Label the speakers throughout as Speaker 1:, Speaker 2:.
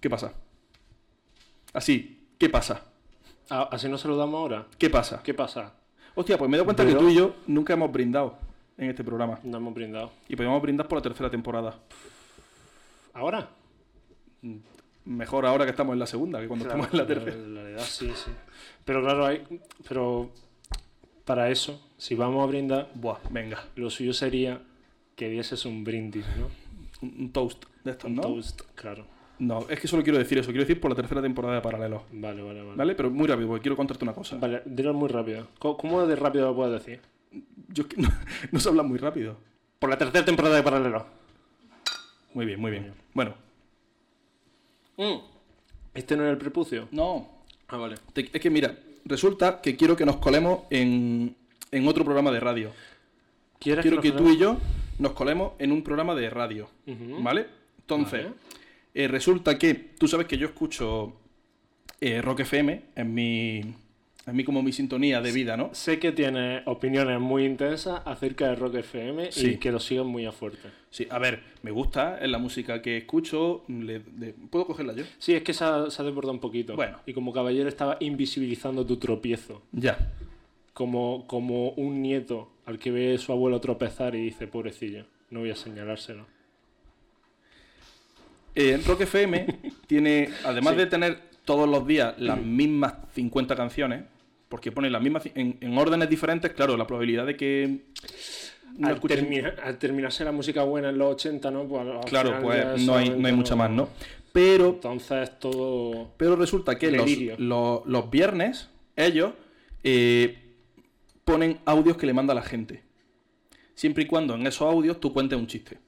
Speaker 1: ¿Qué pasa? Así, ¿qué pasa?
Speaker 2: Ah, Así nos saludamos ahora.
Speaker 1: ¿Qué pasa?
Speaker 2: ¿Qué pasa?
Speaker 1: Hostia, pues me he dado cuenta
Speaker 2: Pero-
Speaker 1: que tú y yo nunca hemos brindado en este programa.
Speaker 2: No hemos brindado.
Speaker 1: Y podemos brindar por la tercera temporada.
Speaker 2: ¿Ahora?
Speaker 1: Mejor ahora que estamos en la segunda que cuando estamos en la tercera.
Speaker 2: En realidad, sí, sí. Pero claro, hay, pero para eso, si vamos a brindar,
Speaker 1: Buah, venga.
Speaker 2: lo suyo sería que dieses un brindis, ¿no?
Speaker 1: Un un toast de estos,
Speaker 2: Un
Speaker 1: ¿no?
Speaker 2: toast, claro.
Speaker 1: No, es que solo quiero decir eso. Quiero decir por la tercera temporada de Paralelo.
Speaker 2: Vale, vale, vale.
Speaker 1: ¿Vale? Pero muy rápido, porque quiero contarte una cosa.
Speaker 2: Vale, dilo muy rápido. Co- ¿Cómo de rápido lo puedes decir?
Speaker 1: Yo es que no, no se habla muy rápido.
Speaker 2: Por la tercera temporada de Paralelo.
Speaker 1: Muy bien, muy bien. Bueno,
Speaker 2: Mm. ¿Este no era el prepucio?
Speaker 1: no.
Speaker 2: Ah, vale.
Speaker 1: Te- es que mira, resulta que quiero que nos colemos en, en otro programa de radio.
Speaker 2: ¿Quieres
Speaker 1: Quiero
Speaker 2: nos
Speaker 1: que tú
Speaker 2: hagamos-
Speaker 1: y yo nos colemos en un programa de radio.
Speaker 2: Ujú.
Speaker 1: ¿Vale? Entonces,
Speaker 2: Vale.
Speaker 1: eh, resulta que tú sabes que yo escucho eh, Rock FM en mi, en mi como mi sintonía de vida, ¿no?
Speaker 2: Sé que tienes opiniones muy intensas acerca de Rock FM
Speaker 1: Sí.
Speaker 2: y que lo siguen muy a fuerte.
Speaker 1: Sí, a ver, me gusta, es la música que escucho. le- le- ¿Puedo cogerla yo?
Speaker 2: Sí, es que se ha, se ha desbordado un poquito.
Speaker 1: Bueno.
Speaker 2: Y como caballero estaba invisibilizando tu tropiezo.
Speaker 1: Ya.
Speaker 2: Como, como un nieto al que ve su abuelo tropezar y dice, pobrecillo, no voy a señalárselo.
Speaker 1: Eh, Rock FM tiene, además
Speaker 2: Sí.
Speaker 1: de tener todos los días las mismas 50 canciones, porque pone las mismas ci- en, en órdenes diferentes, claro, la probabilidad de que no
Speaker 2: al,
Speaker 1: escuches-
Speaker 2: termina- al terminarse la música buena en los 80, ¿no? Pues, al- al
Speaker 1: Claro,
Speaker 2: final ya
Speaker 1: pues no hay, no hay
Speaker 2: solamente
Speaker 1: mucha más, ¿no? Pero,
Speaker 2: Entonces todo...
Speaker 1: pero resulta que los,
Speaker 2: Delirio.
Speaker 1: los- los viernes ellos eh, ponen audios que le manda la gente. Siempre y cuando en esos audios tú cuentes un chiste.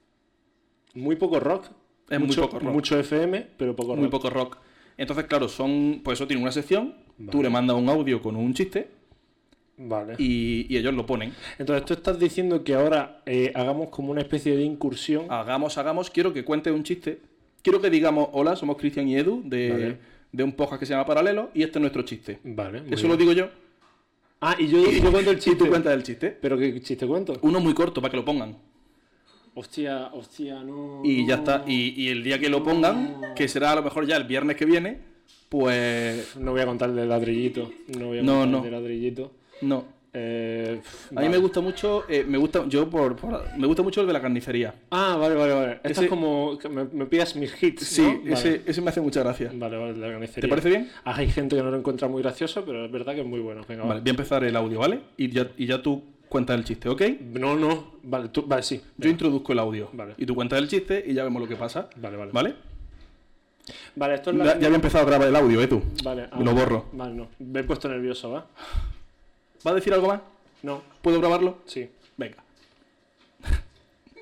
Speaker 2: Muy poco rock.
Speaker 1: Es muy
Speaker 2: mucho,
Speaker 1: poco rock.
Speaker 2: Mucho FM, pero poco
Speaker 1: muy
Speaker 2: rock.
Speaker 1: poco rock. Entonces, claro, son. Pues eso tiene una sección. Tú
Speaker 2: Vale.
Speaker 1: le mandas un audio con un chiste
Speaker 2: Vale.
Speaker 1: y, y ellos lo ponen.
Speaker 2: Entonces tú estás diciendo que ahora eh, hagamos como una especie de incursión.
Speaker 1: Hagamos, hagamos, quiero que cuentes un chiste. Quiero que digamos, hola, somos Cristian y Edu de,
Speaker 2: Vale.
Speaker 1: de un podcast que se llama Paralelo y este es nuestro chiste.
Speaker 2: Vale. muy
Speaker 1: eso
Speaker 2: bien.
Speaker 1: lo digo yo.
Speaker 2: Ah, y yo, y yo cuento el
Speaker 1: Si
Speaker 2: chiste.
Speaker 1: tú cuentas el chiste.
Speaker 2: Pero qué chiste cuento.
Speaker 1: Uno muy corto para que lo pongan.
Speaker 2: Hostia, hostia, no.
Speaker 1: Y ya está. Y, y el día que lo pongan, que será a lo mejor ya el viernes que viene, pues
Speaker 2: No voy a contar el de ladrillito. No voy a
Speaker 1: No,
Speaker 2: contar
Speaker 1: no.
Speaker 2: el de ladrillito.
Speaker 1: no.
Speaker 2: Eh, pf,
Speaker 1: A mí me
Speaker 2: vale.
Speaker 1: gusta mucho, eh, me gusta, yo por, por- me gusta mucho el de la carnicería.
Speaker 2: Ah, vale, vale, vale. Esto
Speaker 1: Ese-
Speaker 2: es como. que me, me pidas mis hits.
Speaker 1: Sí,
Speaker 2: ¿no? Vale.
Speaker 1: ese, ese me hace mucha gracia.
Speaker 2: Vale, vale, la carnicería.
Speaker 1: ¿Te parece bien?
Speaker 2: Ah, hay gente que no lo encuentra muy gracioso, pero es verdad que es muy bueno. Venga,
Speaker 1: Vale,
Speaker 2: vale.
Speaker 1: voy a empezar el audio, ¿vale? Y ya, y ya tú cuentas el chiste, ¿ok?
Speaker 2: No, no. Vale, tú, vale, sí.
Speaker 1: Yo introduzco el audio.
Speaker 2: Vale.
Speaker 1: Y tú cuentas el chiste y ya vemos lo que pasa.
Speaker 2: Vale, vale.
Speaker 1: ¿Vale?
Speaker 2: Vale, esto es
Speaker 1: Ya,
Speaker 2: la.
Speaker 1: ya había empezado a grabar el audio, ¿eh tú?
Speaker 2: Vale, ah,
Speaker 1: Lo borro.
Speaker 2: Vale, no. Me he puesto nervioso, ¿va?
Speaker 1: ¿Va a decir algo más?
Speaker 2: No,
Speaker 1: ¿Puedo grabarlo?
Speaker 2: sí.
Speaker 1: Venga.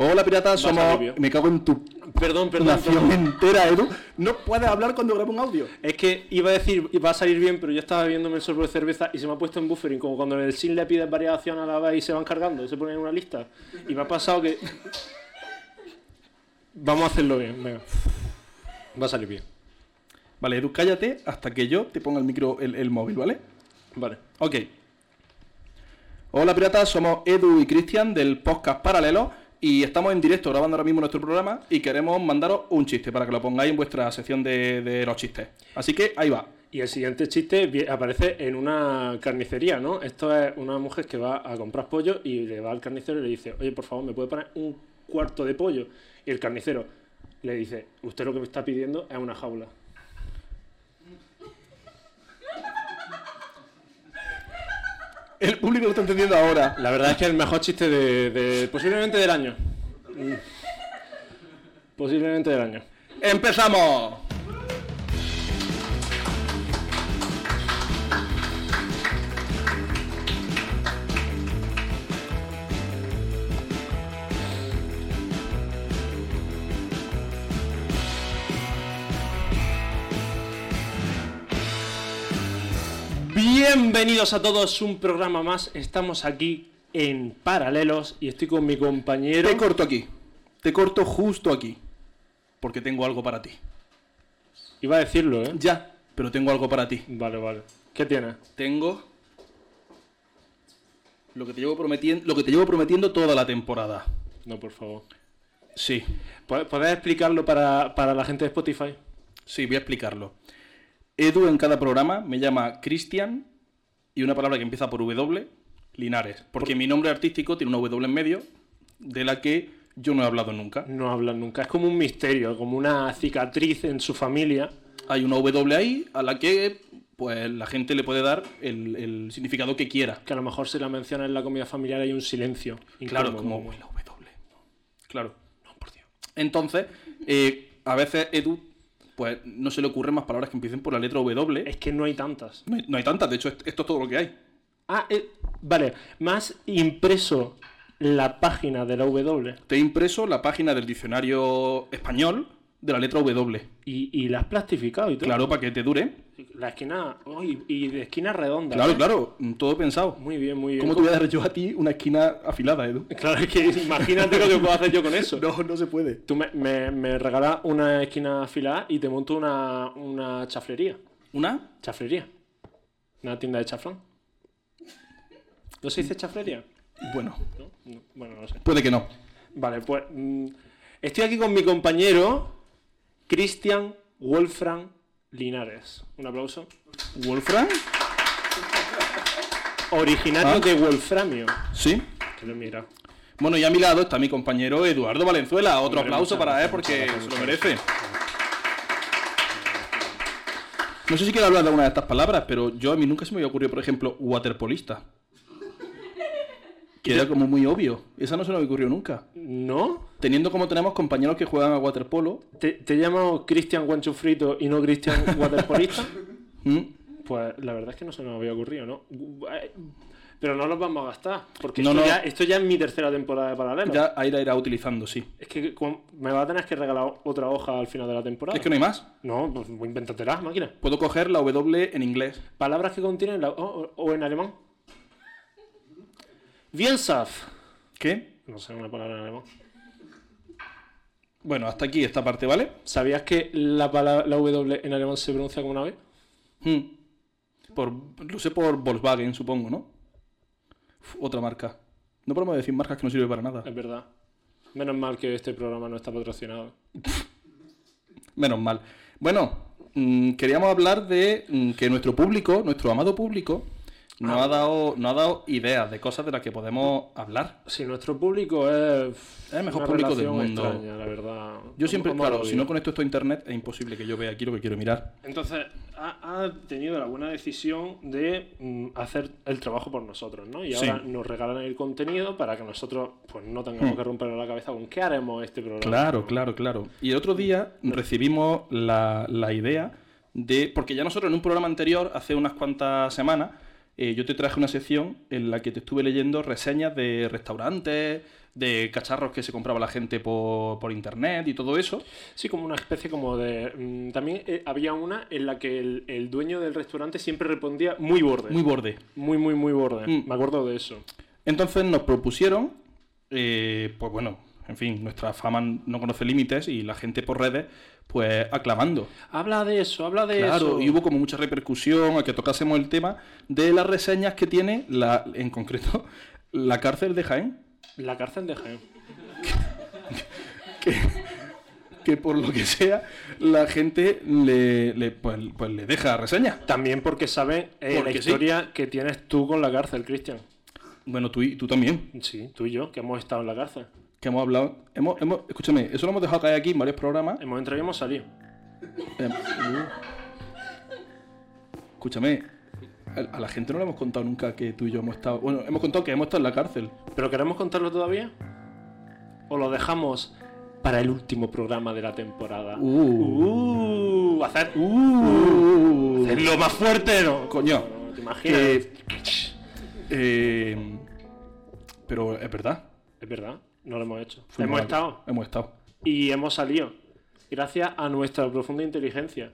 Speaker 1: Hola, piratas,
Speaker 2: Baja
Speaker 1: somos...
Speaker 2: alivio.
Speaker 1: Me cago en tu
Speaker 2: Perdón, perdón.
Speaker 1: nación entera, Edu. No puedes hablar cuando grabo un audio.
Speaker 2: Es que iba a decir, va a salir bien, pero yo estaba bebiéndome el sorbo de cerveza y se me ha puesto en buffering, como cuando en el SIN le pides varias acciones a la vez y se van cargando, se ponen en una lista. Y me ha pasado que... Vamos a hacerlo bien, venga. Va a salir bien.
Speaker 1: Vale, Edu, cállate hasta que yo te ponga el micro, el, el móvil, ¿vale?
Speaker 2: Vale.
Speaker 1: Ok. Hola piratas, somos Edu y Cristian del podcast Paralelo y estamos en directo grabando ahora mismo nuestro programa y queremos mandaros un chiste para que lo pongáis en vuestra sección de, de los chistes. Así que ahí va.
Speaker 2: Y el siguiente chiste vi- aparece en una carnicería, ¿no? Esto es una mujer que va a comprar pollo y le va al carnicero y le dice, oye, por favor, ¿me puede poner un cuarto de pollo? Y el carnicero le dice, usted lo que me está pidiendo es una jaula.
Speaker 1: El público lo está entendiendo ahora.
Speaker 2: La verdad es que es el mejor chiste de, de- posiblemente del año. Mm. Posiblemente del año.
Speaker 1: ¡Empezamos!
Speaker 2: Bienvenidos a todos, un programa más. Estamos aquí en Paralelos y estoy con mi compañero.
Speaker 1: Te corto aquí. Te corto justo aquí. Porque tengo algo para ti.
Speaker 2: Iba a decirlo, ¿eh?
Speaker 1: Ya, pero tengo algo para ti.
Speaker 2: Vale, vale. ¿Qué tienes?
Speaker 1: Tengo lo que te llevo prometiendo, lo que te llevo prometiendo toda la temporada.
Speaker 2: No, por favor.
Speaker 1: Sí,
Speaker 2: ¿Puedes puedes explicarlo para, para la gente de Spotify?
Speaker 1: sí, voy a explicarlo. Edu en cada programa me llama Cristian y una palabra que empieza por W, Linares. Porque mi nombre artístico tiene una W en medio de la que yo no he hablado nunca.
Speaker 2: No hablan nunca. Es como un misterio, como una cicatriz en su familia.
Speaker 1: Hay una W ahí a la que pues la gente le puede dar el, el significado que quiera.
Speaker 2: Que a lo mejor se la menciona en la comida familiar hay un silencio.
Speaker 1: Claro,
Speaker 2: incómodo,
Speaker 1: como "Uy, la W. Claro. No, por Dios. Entonces, eh, a veces Edu, pues no se le ocurren más palabras que empiecen por la letra W.
Speaker 2: Es que no hay tantas.
Speaker 1: No hay, no hay tantas, de hecho, est- esto es todo lo que hay.
Speaker 2: Ah, eh, vale. Más impreso la página de la W
Speaker 1: Te he impreso la página del diccionario español de la letra W.
Speaker 2: y, y la has plastificado y todo.
Speaker 1: Claro, para que te dure.
Speaker 2: La esquina. uy, y de esquina redonda.
Speaker 1: Claro,
Speaker 2: ¿eh?
Speaker 1: claro, mm, todo pensado.
Speaker 2: Muy bien, muy bien.
Speaker 1: ¿Cómo te voy a dar yo a ti una esquina afilada, Edu?
Speaker 2: Claro, es que imagínate lo que puedo hacer yo con eso.
Speaker 1: No, no se puede.
Speaker 2: Tú me, me, me regalas una esquina afilada y te monto una, una chaflería.
Speaker 1: ¿Una?
Speaker 2: Chaflería. Una tienda de chaflán. ¿No se dice chaflería?
Speaker 1: Bueno,
Speaker 2: No, no, bueno, no sé.
Speaker 1: puede que no.
Speaker 2: Vale, pues. mm, estoy aquí con mi compañero, Cristian Wolfram Linares. Un aplauso.
Speaker 1: ¿Wolfram?
Speaker 2: Originario
Speaker 1: Ah.
Speaker 2: de Wolframio.
Speaker 1: Sí.
Speaker 2: Que lo he mirado.
Speaker 1: Bueno, y a mi lado está mi compañero Eduardo Valenzuela. Otro
Speaker 2: Hombre,
Speaker 1: aplauso
Speaker 2: muchas
Speaker 1: para él
Speaker 2: gracias,
Speaker 1: porque
Speaker 2: muchas
Speaker 1: se
Speaker 2: gracias,
Speaker 1: lo merece. No sé si quiero hablar de alguna de estas palabras, pero yo a mí nunca se me había ocurrido, por ejemplo, waterpolista. Que era como muy obvio. Esa no se me había ocurrido nunca.
Speaker 2: ¿No?
Speaker 1: Teniendo como tenemos compañeros que juegan a waterpolo.
Speaker 2: ¿Te, te llamo Cristian Guancho Frito y no Cristian Waterpolista?
Speaker 1: ¿Mm?
Speaker 2: pues la verdad es que no se nos había ocurrido, ¿no? Eh, Pero no los vamos a gastar. Porque
Speaker 1: No,
Speaker 2: esto,
Speaker 1: no.
Speaker 2: Ya, esto ya es mi tercera temporada de paralelo.
Speaker 1: Ya Aira irá utilizando, sí.
Speaker 2: Es que con- me va a tener que regalar otra hoja al final de la temporada.
Speaker 1: Es que no hay más.
Speaker 2: No, pues invéntatela, máquina.
Speaker 1: Puedo coger la W en inglés.
Speaker 2: Palabras que contienen la... o- o o en alemán. Wiensaf.
Speaker 1: ¿Qué?
Speaker 2: No sé una palabra en alemán.
Speaker 1: Bueno, hasta aquí esta parte, ¿vale?
Speaker 2: ¿Sabías que la, palabra, la W en alemán se pronuncia como una B?
Speaker 1: Mm. Por, lo sé por Volkswagen, supongo, ¿no? Uf, otra marca. No podemos decir marcas que no sirve para nada.
Speaker 2: Es verdad. Menos mal que este programa no está patrocinado.
Speaker 1: Menos mal. Bueno, mm, queríamos hablar de mm, que nuestro público, nuestro amado público,
Speaker 2: Ah.
Speaker 1: nos ha dado, nos ha dado ideas de cosas de las que podemos hablar.
Speaker 2: Si nuestro público es...
Speaker 1: Es el mejor
Speaker 2: una
Speaker 1: público del
Speaker 2: relación
Speaker 1: mundo.
Speaker 2: extraña, la verdad.
Speaker 1: Yo siempre,
Speaker 2: ¿Cómo lo
Speaker 1: claro, si
Speaker 2: digo?
Speaker 1: no conecto esto a internet es imposible que yo vea aquí lo que quiero mirar.
Speaker 2: Entonces, ha, ha tenido la buena decisión de mm, hacer el trabajo por nosotros, ¿no? Y
Speaker 1: Sí.
Speaker 2: ahora nos regalan el contenido para que nosotros pues no tengamos
Speaker 1: Mm.
Speaker 2: que romper la cabeza con qué haremos este programa.
Speaker 1: Claro, claro, claro. Y el otro día recibimos la, la idea de. Porque ya nosotros en un programa anterior, hace unas cuantas semanas, eh, yo te traje una sección en la que te estuve leyendo reseñas de restaurantes, de cacharros que se compraba la gente por, por internet y todo eso.
Speaker 2: Sí, como una especie como de... mm, también eh, había una en la que el, el dueño del restaurante siempre respondía muy borde.
Speaker 1: Muy
Speaker 2: Muy,
Speaker 1: borde.
Speaker 2: muy, muy, borde.
Speaker 1: Mm.
Speaker 2: Me acuerdo de eso.
Speaker 1: Entonces nos propusieron, eh, pues bueno, en fin, nuestra fama no conoce límites y la gente por redes, pues aclamando.
Speaker 2: Habla de eso, habla de eso.
Speaker 1: Claro, y hubo como mucha repercusión a que tocásemos el tema de las reseñas que tiene, la, en concreto, la cárcel de Jaén,
Speaker 2: La cárcel de Jaén.
Speaker 1: que por lo que sea, la gente le, le- pues, pues le deja reseñas.
Speaker 2: También porque saben eh, la
Speaker 1: Porque sí.
Speaker 2: historia que tienes tú con la cárcel, Cristian.
Speaker 1: Bueno, tú y tú también,
Speaker 2: Sí, tú y yo, que hemos estado en la cárcel.
Speaker 1: que hemos hablado. Hemos, hemos- escúchame, eso lo hemos dejado caer aquí en varios programas.
Speaker 2: Hemos entrado y hemos salido.
Speaker 1: Eh, escúchame, a a la gente no le hemos contado nunca que tú y yo hemos estado. Bueno, hemos contado que hemos estado en la cárcel.
Speaker 2: ¿Pero queremos contarlo todavía? ¿O lo dejamos para el último programa de la temporada? Uh, hacer. Uh,
Speaker 1: Uh.
Speaker 2: lo más fuerte, ¿no?
Speaker 1: Coño.
Speaker 2: No, ¿Te imaginas?
Speaker 1: Que- eh, pero es verdad.
Speaker 2: Es verdad, no lo hemos hecho.
Speaker 1: Fuimos
Speaker 2: hemos
Speaker 1: a-
Speaker 2: estado
Speaker 1: Hemos estado.
Speaker 2: y hemos salido. Gracias a nuestra profunda inteligencia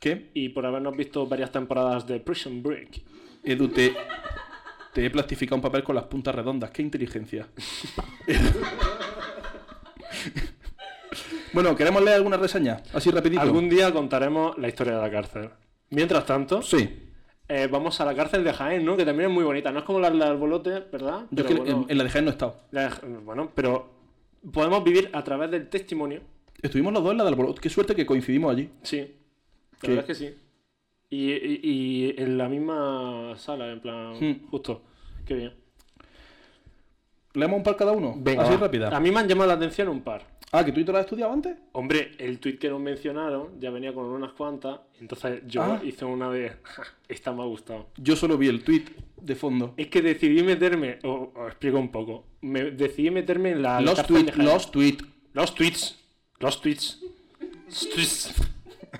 Speaker 1: ¿Qué?
Speaker 2: y por habernos visto varias temporadas de Prison Break.
Speaker 1: Edu, te, te he plastificado un papel con las puntas redondas. ¡Qué inteligencia! bueno, ¿queremos leer alguna reseña? Así rapidito.
Speaker 2: Algún día contaremos la historia de la cárcel. Mientras tanto,
Speaker 1: Sí.
Speaker 2: eh, vamos a la cárcel de Jaén, ¿no? Que también es muy bonita. No es como la del bolote, ¿verdad?
Speaker 1: Yo
Speaker 2: Pero
Speaker 1: que
Speaker 2: bueno.
Speaker 1: en, en la de Jaén no he estado.
Speaker 2: La- Bueno, pero podemos vivir a través del testimonio.
Speaker 1: Estuvimos los dos en la del Alborot. Qué suerte que coincidimos allí.
Speaker 2: Sí, la
Speaker 1: Sí.
Speaker 2: verdad es que sí. Y, y- y en la misma sala, en plan,
Speaker 1: Hmm.
Speaker 2: justo. Qué bien.
Speaker 1: ¿Leemos un par cada uno? Así
Speaker 2: va. A
Speaker 1: rápida.
Speaker 2: mí me han llamado la atención un par.
Speaker 1: Ah, que tú y te lo has estudiado antes.
Speaker 2: Hombre, el tweet que nos mencionaron ya venía con unas cuantas, entonces yo
Speaker 1: Ah.
Speaker 2: hice una de, "Ja, esta me ha gustado.
Speaker 1: Yo solo vi el tweet de fondo.
Speaker 2: Es que decidí meterme, os, os explico un poco, me, decidí meterme en la...
Speaker 1: Los
Speaker 2: carta de
Speaker 1: tweets,
Speaker 2: Jaén.
Speaker 1: los tweets.
Speaker 2: Los tweets. Los tweets. Tweets.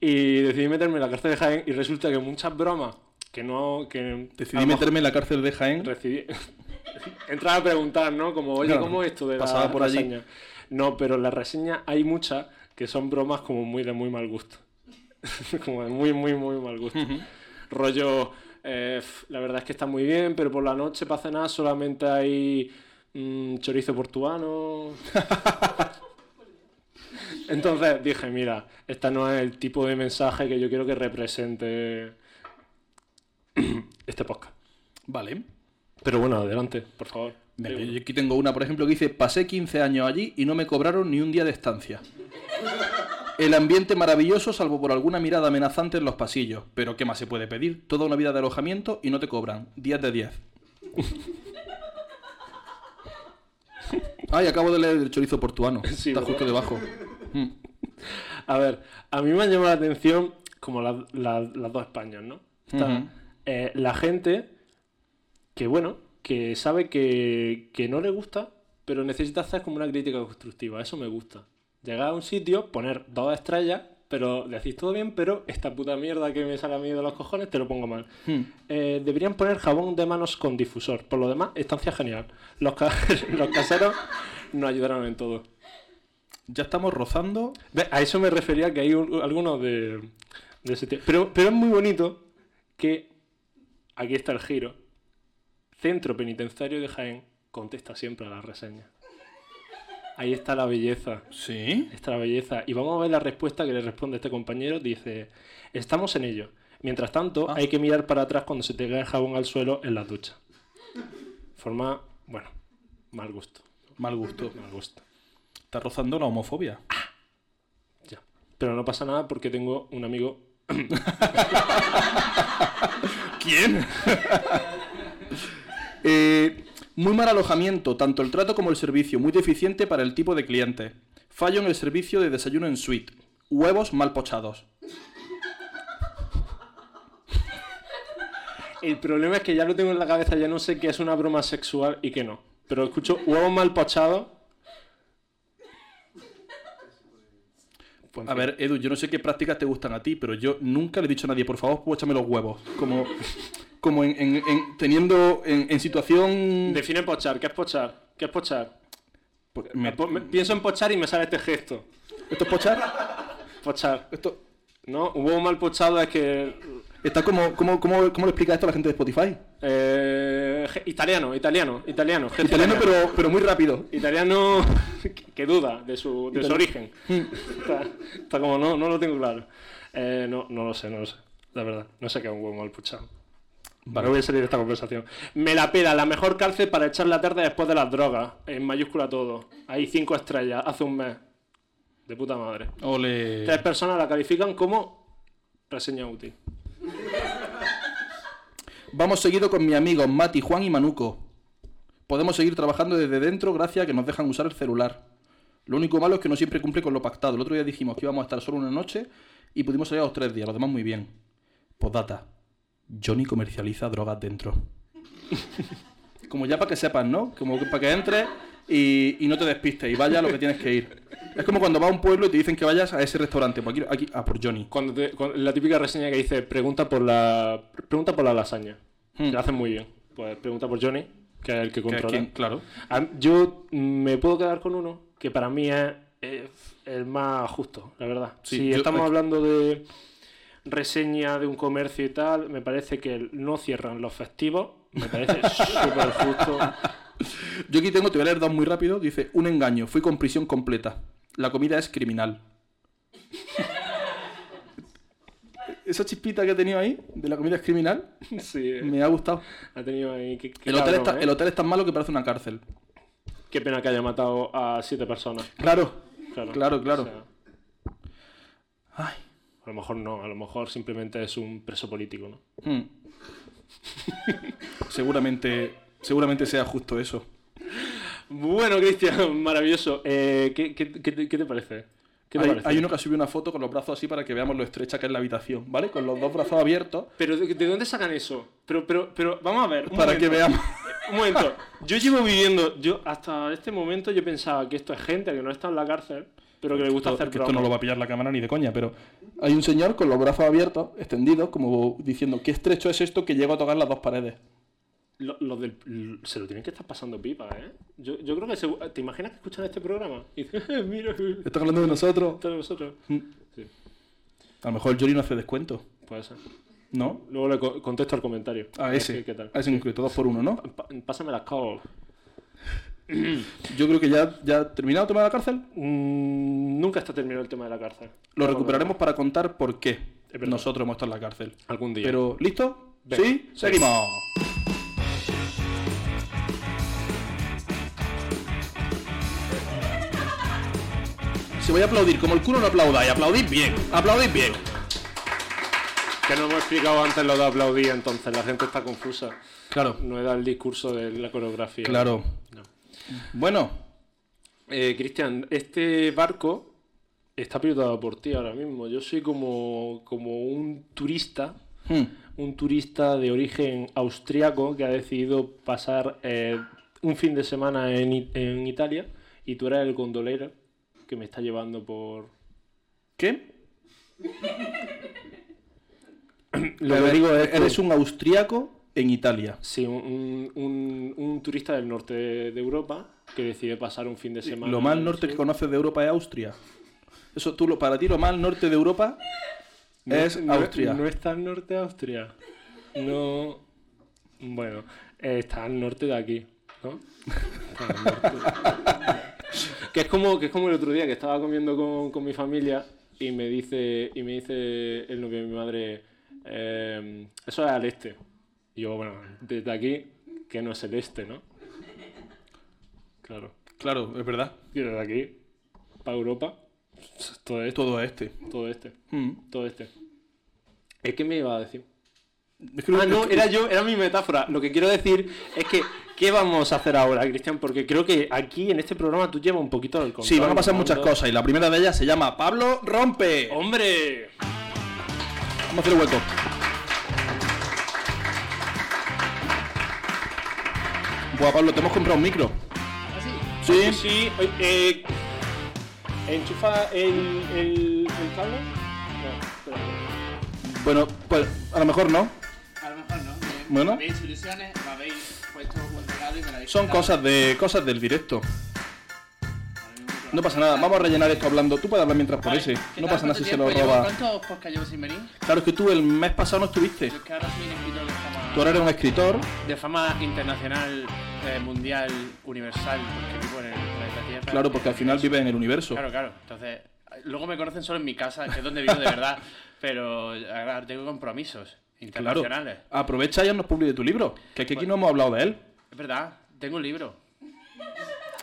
Speaker 2: y decidí meterme en la cárcel de Jaén y resulta que muchas bromas que no... Que a
Speaker 1: Decidí
Speaker 2: lo mejor
Speaker 1: meterme en la cárcel de Jaén.
Speaker 2: recibí- Entrar a preguntar, ¿no? Como, oye,
Speaker 1: Claro,
Speaker 2: ¿cómo es esto de la
Speaker 1: pasaba por allí.
Speaker 2: reseña? No, pero en la reseña hay muchas que son bromas como muy de muy mal gusto. como de muy, muy, muy mal gusto. Rollo, eh, f- la verdad es que está muy bien, pero por la noche para cenar solamente hay mm, chorizo portuano. Entonces dije, mira, este no es el tipo de mensaje que yo quiero que represente este podcast.
Speaker 1: Vale.
Speaker 2: Pero bueno, adelante, por favor.
Speaker 1: Mira,
Speaker 2: Digo,
Speaker 1: yo aquí tengo una, por ejemplo, que dice, pasé 15 años allí y no me cobraron ni un día de estancia. El ambiente maravilloso, salvo por alguna mirada amenazante en los pasillos. Pero ¿qué más se puede pedir? Toda una vida de alojamiento y no te cobran. 10 de 10. Ay, acabo de leer el chorizo portuano.
Speaker 2: Sí,
Speaker 1: Está
Speaker 2: ¿verdad?
Speaker 1: justo debajo.
Speaker 2: A ver, a mí me han llamado la atención como la- la- las dos Españas, ¿no? Está,
Speaker 1: Ujú.
Speaker 2: eh, la gente que, bueno, que sabe que, que no le gusta, pero necesita hacer como una crítica constructiva. Eso me gusta. Llegar a un sitio, poner dos estrellas, pero decís todo bien, pero esta puta mierda que me sale a mí de los cojones te lo pongo mal.
Speaker 1: Hmm.
Speaker 2: Eh, deberían poner jabón de manos con difusor. Por lo demás, estancia genial. Los, ca- los caseros nos ayudaron en todo.
Speaker 1: Ya estamos rozando.
Speaker 2: Ve, A eso me refería que hay un- algunos de, de ese tipo. Pero, pero es muy bonito que aquí está el giro. Centro Penitenciario de Jaén contesta siempre a la reseña. Ahí está la belleza.
Speaker 1: Sí.
Speaker 2: Está la belleza. Y vamos a ver la respuesta que le responde este compañero. Dice, estamos en ello. Mientras tanto,
Speaker 1: Ah.
Speaker 2: hay que mirar para atrás cuando se te cae el jabón al suelo en la ducha. Forma, bueno, mal gusto.
Speaker 1: Mal gusto.
Speaker 2: Mal gusto.
Speaker 1: Está rozando la homofobia.
Speaker 2: Ya. Pero no pasa nada porque tengo un amigo
Speaker 1: ¿Quién? Eh, muy mal alojamiento, tanto el trato como el servicio, muy deficiente para el tipo de cliente. Fallo en el servicio de desayuno en suite. Huevos mal pochados.
Speaker 2: El problema es que ya lo tengo en la cabeza, ya no sé qué es una broma sexual y qué no. Pero escucho huevos mal pochados. Pues, en
Speaker 1: A
Speaker 2: fin.
Speaker 1: ver, Edu, yo no sé qué prácticas te gustan a ti, pero yo nunca le he dicho a nadie, por favor, póchame los huevos. Como, como en, en- en- teniendo en, en situación...
Speaker 2: Define pochar, ¿qué es pochar? ¿Qué es pochar?
Speaker 1: Pues, me-
Speaker 2: Po- me- pienso en pochar y me sale este gesto.
Speaker 1: ¿Esto es pochar?
Speaker 2: Pochar.
Speaker 1: Esto...
Speaker 2: No, un huevo mal pochado es que.
Speaker 1: Está como, como, como, ¿Cómo le explica esto a la gente de Spotify?
Speaker 2: eh, ge- italiano, italiano, italiano. gesto
Speaker 1: Italiano, pero, pero muy rápido.
Speaker 2: Italiano que- que duda de su, de
Speaker 1: Italiano.
Speaker 2: su origen. está, está como, no, no lo tengo claro. Eh, no, no lo sé, no lo sé. La verdad, no sé qué es un huevo mal puchado. No voy a salir de esta conversación. Me la pela, la mejor cárcel para echar la tarde después de las drogas. En mayúscula todo. Hay cinco estrellas, hace un mes. De puta madre.
Speaker 1: Ole.
Speaker 2: Tres personas la califican como reseña útil.
Speaker 1: Vamos seguido con mis amigos Mati, Juan y Manuco. Podemos seguir trabajando desde dentro gracias a que nos dejan usar el celular. Lo único malo es que no siempre cumple con lo pactado. El otro día dijimos que íbamos a estar solo una noche y pudimos salir a los tres días. Los demás muy bien. Postdata. Johnny comercializa drogas dentro. Como ya para que sepas, ¿no? Como que para que entres y, y no te despistes y vayas a lo que tienes que ir. Es como cuando vas a un pueblo y te dicen que vayas a ese restaurante. Pues aquí, aquí- a por Johnny.
Speaker 2: Cuando te- cuando- la típica reseña que dice, pregunta por la, pregunta por la lasaña.
Speaker 1: Hmm.
Speaker 2: La hacen muy bien. Pues pregunta por Johnny, que es el
Speaker 1: Que
Speaker 2: que
Speaker 1: es
Speaker 2: controla.
Speaker 1: quien- claro.
Speaker 2: A- Yo me puedo quedar con uno que para mí es, eh, el más justo, la verdad.
Speaker 1: Sí,
Speaker 2: si
Speaker 1: yo-
Speaker 2: estamos
Speaker 1: aquí-
Speaker 2: hablando de reseña de un comercio y tal, me parece que el no cierran los festivos. Me parece súper justo.
Speaker 1: Yo aquí tengo, te voy a leer dos muy rápido. Dice, un engaño, fui con prisión completa. La comida es criminal. Esa chispita que he tenido ahí, de la comida es criminal,
Speaker 2: Sí, eh,
Speaker 1: me ha gustado.
Speaker 2: ha tenido ahí. qué- qué
Speaker 1: El hotel,
Speaker 2: cabrón,
Speaker 1: está,
Speaker 2: ¿eh?
Speaker 1: el hotel es tan malo que parece una cárcel.
Speaker 2: Qué pena que haya matado a siete personas.
Speaker 1: Claro,
Speaker 2: Claro,
Speaker 1: Claro, claro.
Speaker 2: O sea,
Speaker 1: Ay.
Speaker 2: a lo mejor no, a lo mejor simplemente es un preso político, ¿no?
Speaker 1: Mm. seguramente, seguramente sea justo eso.
Speaker 2: Bueno, Cristian, maravilloso. Eh, ¿qué, qué, qué te- qué te parece? ¿Qué te
Speaker 1: Hay,
Speaker 2: parece?
Speaker 1: hay uno que ha subido una foto con los brazos así para que veamos lo estrecha que es la habitación, ¿vale? Con los dos brazos abiertos
Speaker 2: Pero ¿de, de dónde sacan eso? Pero, pero, pero, vamos a ver. un
Speaker 1: para que
Speaker 2: momento.
Speaker 1: veamos.
Speaker 2: Un momento. Yo llevo viviendo. Yo hasta este momento yo pensaba que esto es gente que no está en la cárcel, pero que le gusta
Speaker 1: Esto-
Speaker 2: hacer
Speaker 1: es que esto no
Speaker 2: bromas.
Speaker 1: lo va a pillar la cámara ni de coña, pero hay un señor con los brazos abiertos, extendidos, como diciendo qué estrecho es esto que llego a tocar las dos paredes.
Speaker 2: Lo- lo del- l- se lo tienen que estar pasando pipa, ¿eh? Yo, yo creo que se, ¿Te imaginas que escuchan este programa? Y dicen, mira, está
Speaker 1: Está hablando de nosotros.
Speaker 2: de vosotros. Sí,
Speaker 1: A lo mejor el Yuri no hace descuento,
Speaker 2: puede ser.
Speaker 1: ¿no?
Speaker 2: Luego le co- contesto al comentario.
Speaker 1: A
Speaker 2: ver
Speaker 1: ese,
Speaker 2: ¿Qué tal?
Speaker 1: a ese concreto, dos por uno, ¿no?
Speaker 2: Pa- pásame la call.
Speaker 1: Yo creo que ya, ya ha terminado el tema de la cárcel.
Speaker 2: Mm, nunca está terminado el tema de la cárcel.
Speaker 1: Lo recuperaremos para contar por qué
Speaker 2: verdad.
Speaker 1: nosotros hemos estado en la cárcel.
Speaker 2: Algún día.
Speaker 1: Pero, ¿listo?
Speaker 2: Venga,
Speaker 1: ¿Sí?
Speaker 2: sí.
Speaker 1: ¡Seguimos! Si voy a aplaudir, como el culo no aplaudáis, aplaudid bien, aplaudid bien.
Speaker 2: Que no hemos explicado antes lo de aplaudir, entonces la gente está confusa.
Speaker 1: Claro,
Speaker 2: No he dado el discurso de la coreografía.
Speaker 1: claro.
Speaker 2: No.
Speaker 1: Bueno,
Speaker 2: Eh, Cristian, este barco está pilotado por ti ahora mismo. Yo soy como, como un turista,
Speaker 1: hmm,
Speaker 2: un turista de origen austriaco que ha decidido pasar eh, un fin de semana en, I- en Italia y tú eres el gondolero que me está llevando por...
Speaker 1: ¿qué?
Speaker 2: Lo
Speaker 1: A
Speaker 2: que
Speaker 1: ver,
Speaker 2: digo es... que-
Speaker 1: Eres un austriaco en Italia.
Speaker 2: Sí, un, un- un turista del norte de Europa que decide pasar un fin de semana...
Speaker 1: Lo más norte que conoces de Europa es Austria. Eso tú, lo- para ti, lo más norte de Europa
Speaker 2: No-
Speaker 1: es
Speaker 2: no-
Speaker 1: Austria.
Speaker 2: No, está al norte de Austria. No. Bueno, eh, está al norte de aquí, ¿no? Está al norte. que, es como, que es como el otro día que estaba comiendo con, con mi familia y me dice y me dice el novio de mi madre, ehm, eso es al este. Y yo, bueno, desde aquí, que no es el este, ¿no? Claro.
Speaker 1: Claro, es verdad.
Speaker 2: Y desde aquí, para Europa, todo este,
Speaker 1: Todo este.
Speaker 2: todo este,
Speaker 1: Mm.
Speaker 2: todo este. Es que me iba a decir.
Speaker 1: Es que-
Speaker 2: Ah,
Speaker 1: es
Speaker 2: no,
Speaker 1: que-
Speaker 2: era yo, era mi metáfora. Lo que quiero decir es que, ¿qué vamos a hacer ahora, Cristian? Porque creo que aquí en este programa tú llevas un poquito del control.
Speaker 1: Sí, van a pasar muchas
Speaker 2: ¿no?
Speaker 1: cosas y la primera de ellas se llama Pablo Rompe.
Speaker 2: ¡Hombre!
Speaker 1: Vamos a hacer hueco. Buah, Pablo, te hemos comprado un micro.
Speaker 3: Ah,
Speaker 1: Sí.
Speaker 2: Sí, sí. oye, eh, ¿Enchufa el, el, el cable? No, espera.
Speaker 1: Bueno, pues a lo mejor no.
Speaker 3: A lo mejor no. eh,
Speaker 1: Bueno.
Speaker 3: Me habéis ilusiones, me habéis puesto un regalo y me lo habéis
Speaker 1: Son
Speaker 3: quitado.
Speaker 1: cosas de cosas del directo.
Speaker 3: Ahora mismo que lo-
Speaker 1: No pasa nada, vamos a rellenar esto hablando. Tú puedes hablar mientras por
Speaker 3: Vale,
Speaker 1: ese.
Speaker 3: ¿qué
Speaker 1: No
Speaker 3: tal?
Speaker 1: pasa nada si se
Speaker 3: ¿Cuánto
Speaker 1: lo
Speaker 3: tiempo llevo?
Speaker 1: roba.
Speaker 3: ¿Cuántos podcasts llevo sin venir?
Speaker 1: Claro, es que tú el mes pasado no estuviste.
Speaker 3: Yo es que ahora soy un escritor de
Speaker 1: Tú
Speaker 3: fama,
Speaker 1: ahora eres un escritor.
Speaker 3: de fama internacional, eh, mundial, universal, porque vivo en el planeta Tierra.
Speaker 1: Claro, porque al final vives en el universo.
Speaker 3: Claro, claro. Entonces, luego me conocen solo en mi casa, que es donde vivo de verdad, pero ahora tengo compromisos
Speaker 1: Claro.
Speaker 3: internacionales. Pues
Speaker 1: Aprovecha y haznos publi de tu libro. Que es que aquí no hemos hablado de él.
Speaker 3: Es verdad, tengo un libro.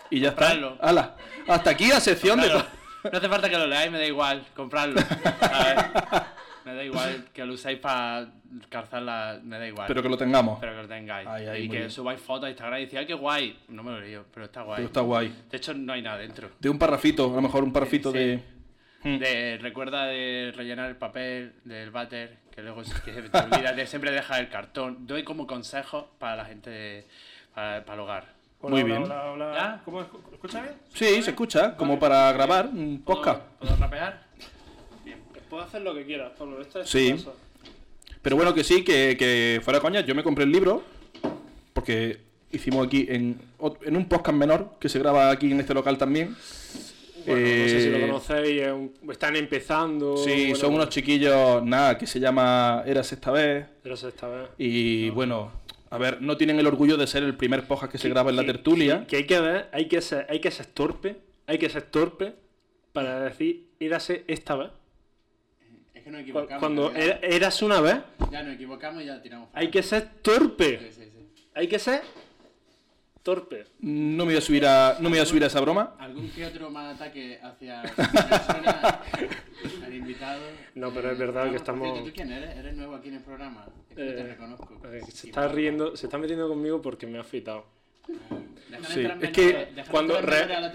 Speaker 1: Y ya está.
Speaker 3: Comprarlo.
Speaker 1: Hala. Hasta aquí la sección de.
Speaker 3: Claro, No hace falta que lo leáis, me da igual, comprarlo. ¿sabes? Me da igual que lo usáis para calzar la. Me da igual.
Speaker 1: Pero que lo tengamos.
Speaker 3: Pero que lo tengáis.
Speaker 1: Ay, ay,
Speaker 3: y
Speaker 1: muy
Speaker 3: que
Speaker 1: bien.
Speaker 3: subáis fotos a Instagram y decís, ¡ay, qué guay! No me lo leo, pero está guay.
Speaker 1: Pero está guay.
Speaker 3: De hecho, no hay nada dentro.
Speaker 1: De un parrafito, a lo mejor un parrafito
Speaker 3: Sí.
Speaker 1: de.
Speaker 2: Hmm.
Speaker 3: De, recuerda de rellenar el papel del váter, que luego se- que te olvidas de siempre dejar el cartón. Doy como consejo para la gente, para, para el hogar.
Speaker 1: Muy bien.
Speaker 3: ¿Ya?
Speaker 2: ¿Cómo es? ¿Escucha bien?
Speaker 1: Sí, se escucha, como para grabar un podcast.
Speaker 3: ¿Puedo, ¿Puedo rapear?
Speaker 2: Puedo hacer lo que quieras, Pablo. Esta es
Speaker 1: Sí.
Speaker 2: tu casa.
Speaker 1: Pero bueno, que sí, que, que fuera coña, yo me compré el libro, porque hicimos aquí en, ot- en un podcast menor, que se graba aquí en este local también.
Speaker 2: Bueno, no sé si
Speaker 1: Eh,
Speaker 2: lo conocéis. es un- Están empezando.
Speaker 1: Sí,
Speaker 2: bueno,
Speaker 1: son unos chiquillos, nada, que se llama Eras esta vez.
Speaker 2: pero se está bien.
Speaker 1: Y bueno, a ver, no tienen el orgullo de ser el primer podcast que se graba en la
Speaker 2: que-
Speaker 1: tertulia.
Speaker 2: Que hay que ver, hay que ser, hay que ser torpe, hay que ser torpe para decir érase esta vez.
Speaker 3: Es que nos
Speaker 2: Cu-
Speaker 3: equivocamos.
Speaker 2: Cuando
Speaker 3: en
Speaker 2: era-
Speaker 3: realidad.
Speaker 2: eras una vez,
Speaker 3: Ya nos equivocamos y ya tiramos. fuera.
Speaker 2: hay que ser torpe.
Speaker 3: Sí, sí, sí.
Speaker 2: Hay que ser torpes.
Speaker 1: No me voy a subir a, no me voy a, subir a esa broma.
Speaker 3: Algún que otro mal ataque hacia la persona, al invitado.
Speaker 2: No, pero es verdad
Speaker 3: eh,
Speaker 2: que
Speaker 3: por cierto,
Speaker 2: estamos-
Speaker 3: ¿Tú quién eres? ¿Eres nuevo aquí en el programa? Es que no te
Speaker 2: Eh,
Speaker 3: reconozco.
Speaker 2: eh, se
Speaker 3: Y
Speaker 2: está
Speaker 3: bueno,
Speaker 2: riendo, se está metiendo conmigo porque me ha afeitado.
Speaker 3: déjame
Speaker 1: Sí,
Speaker 3: Eh, entrar
Speaker 1: es
Speaker 3: en
Speaker 1: que
Speaker 3: menores, déjame
Speaker 2: cuando
Speaker 3: entrar en
Speaker 2: re-
Speaker 3: menores a la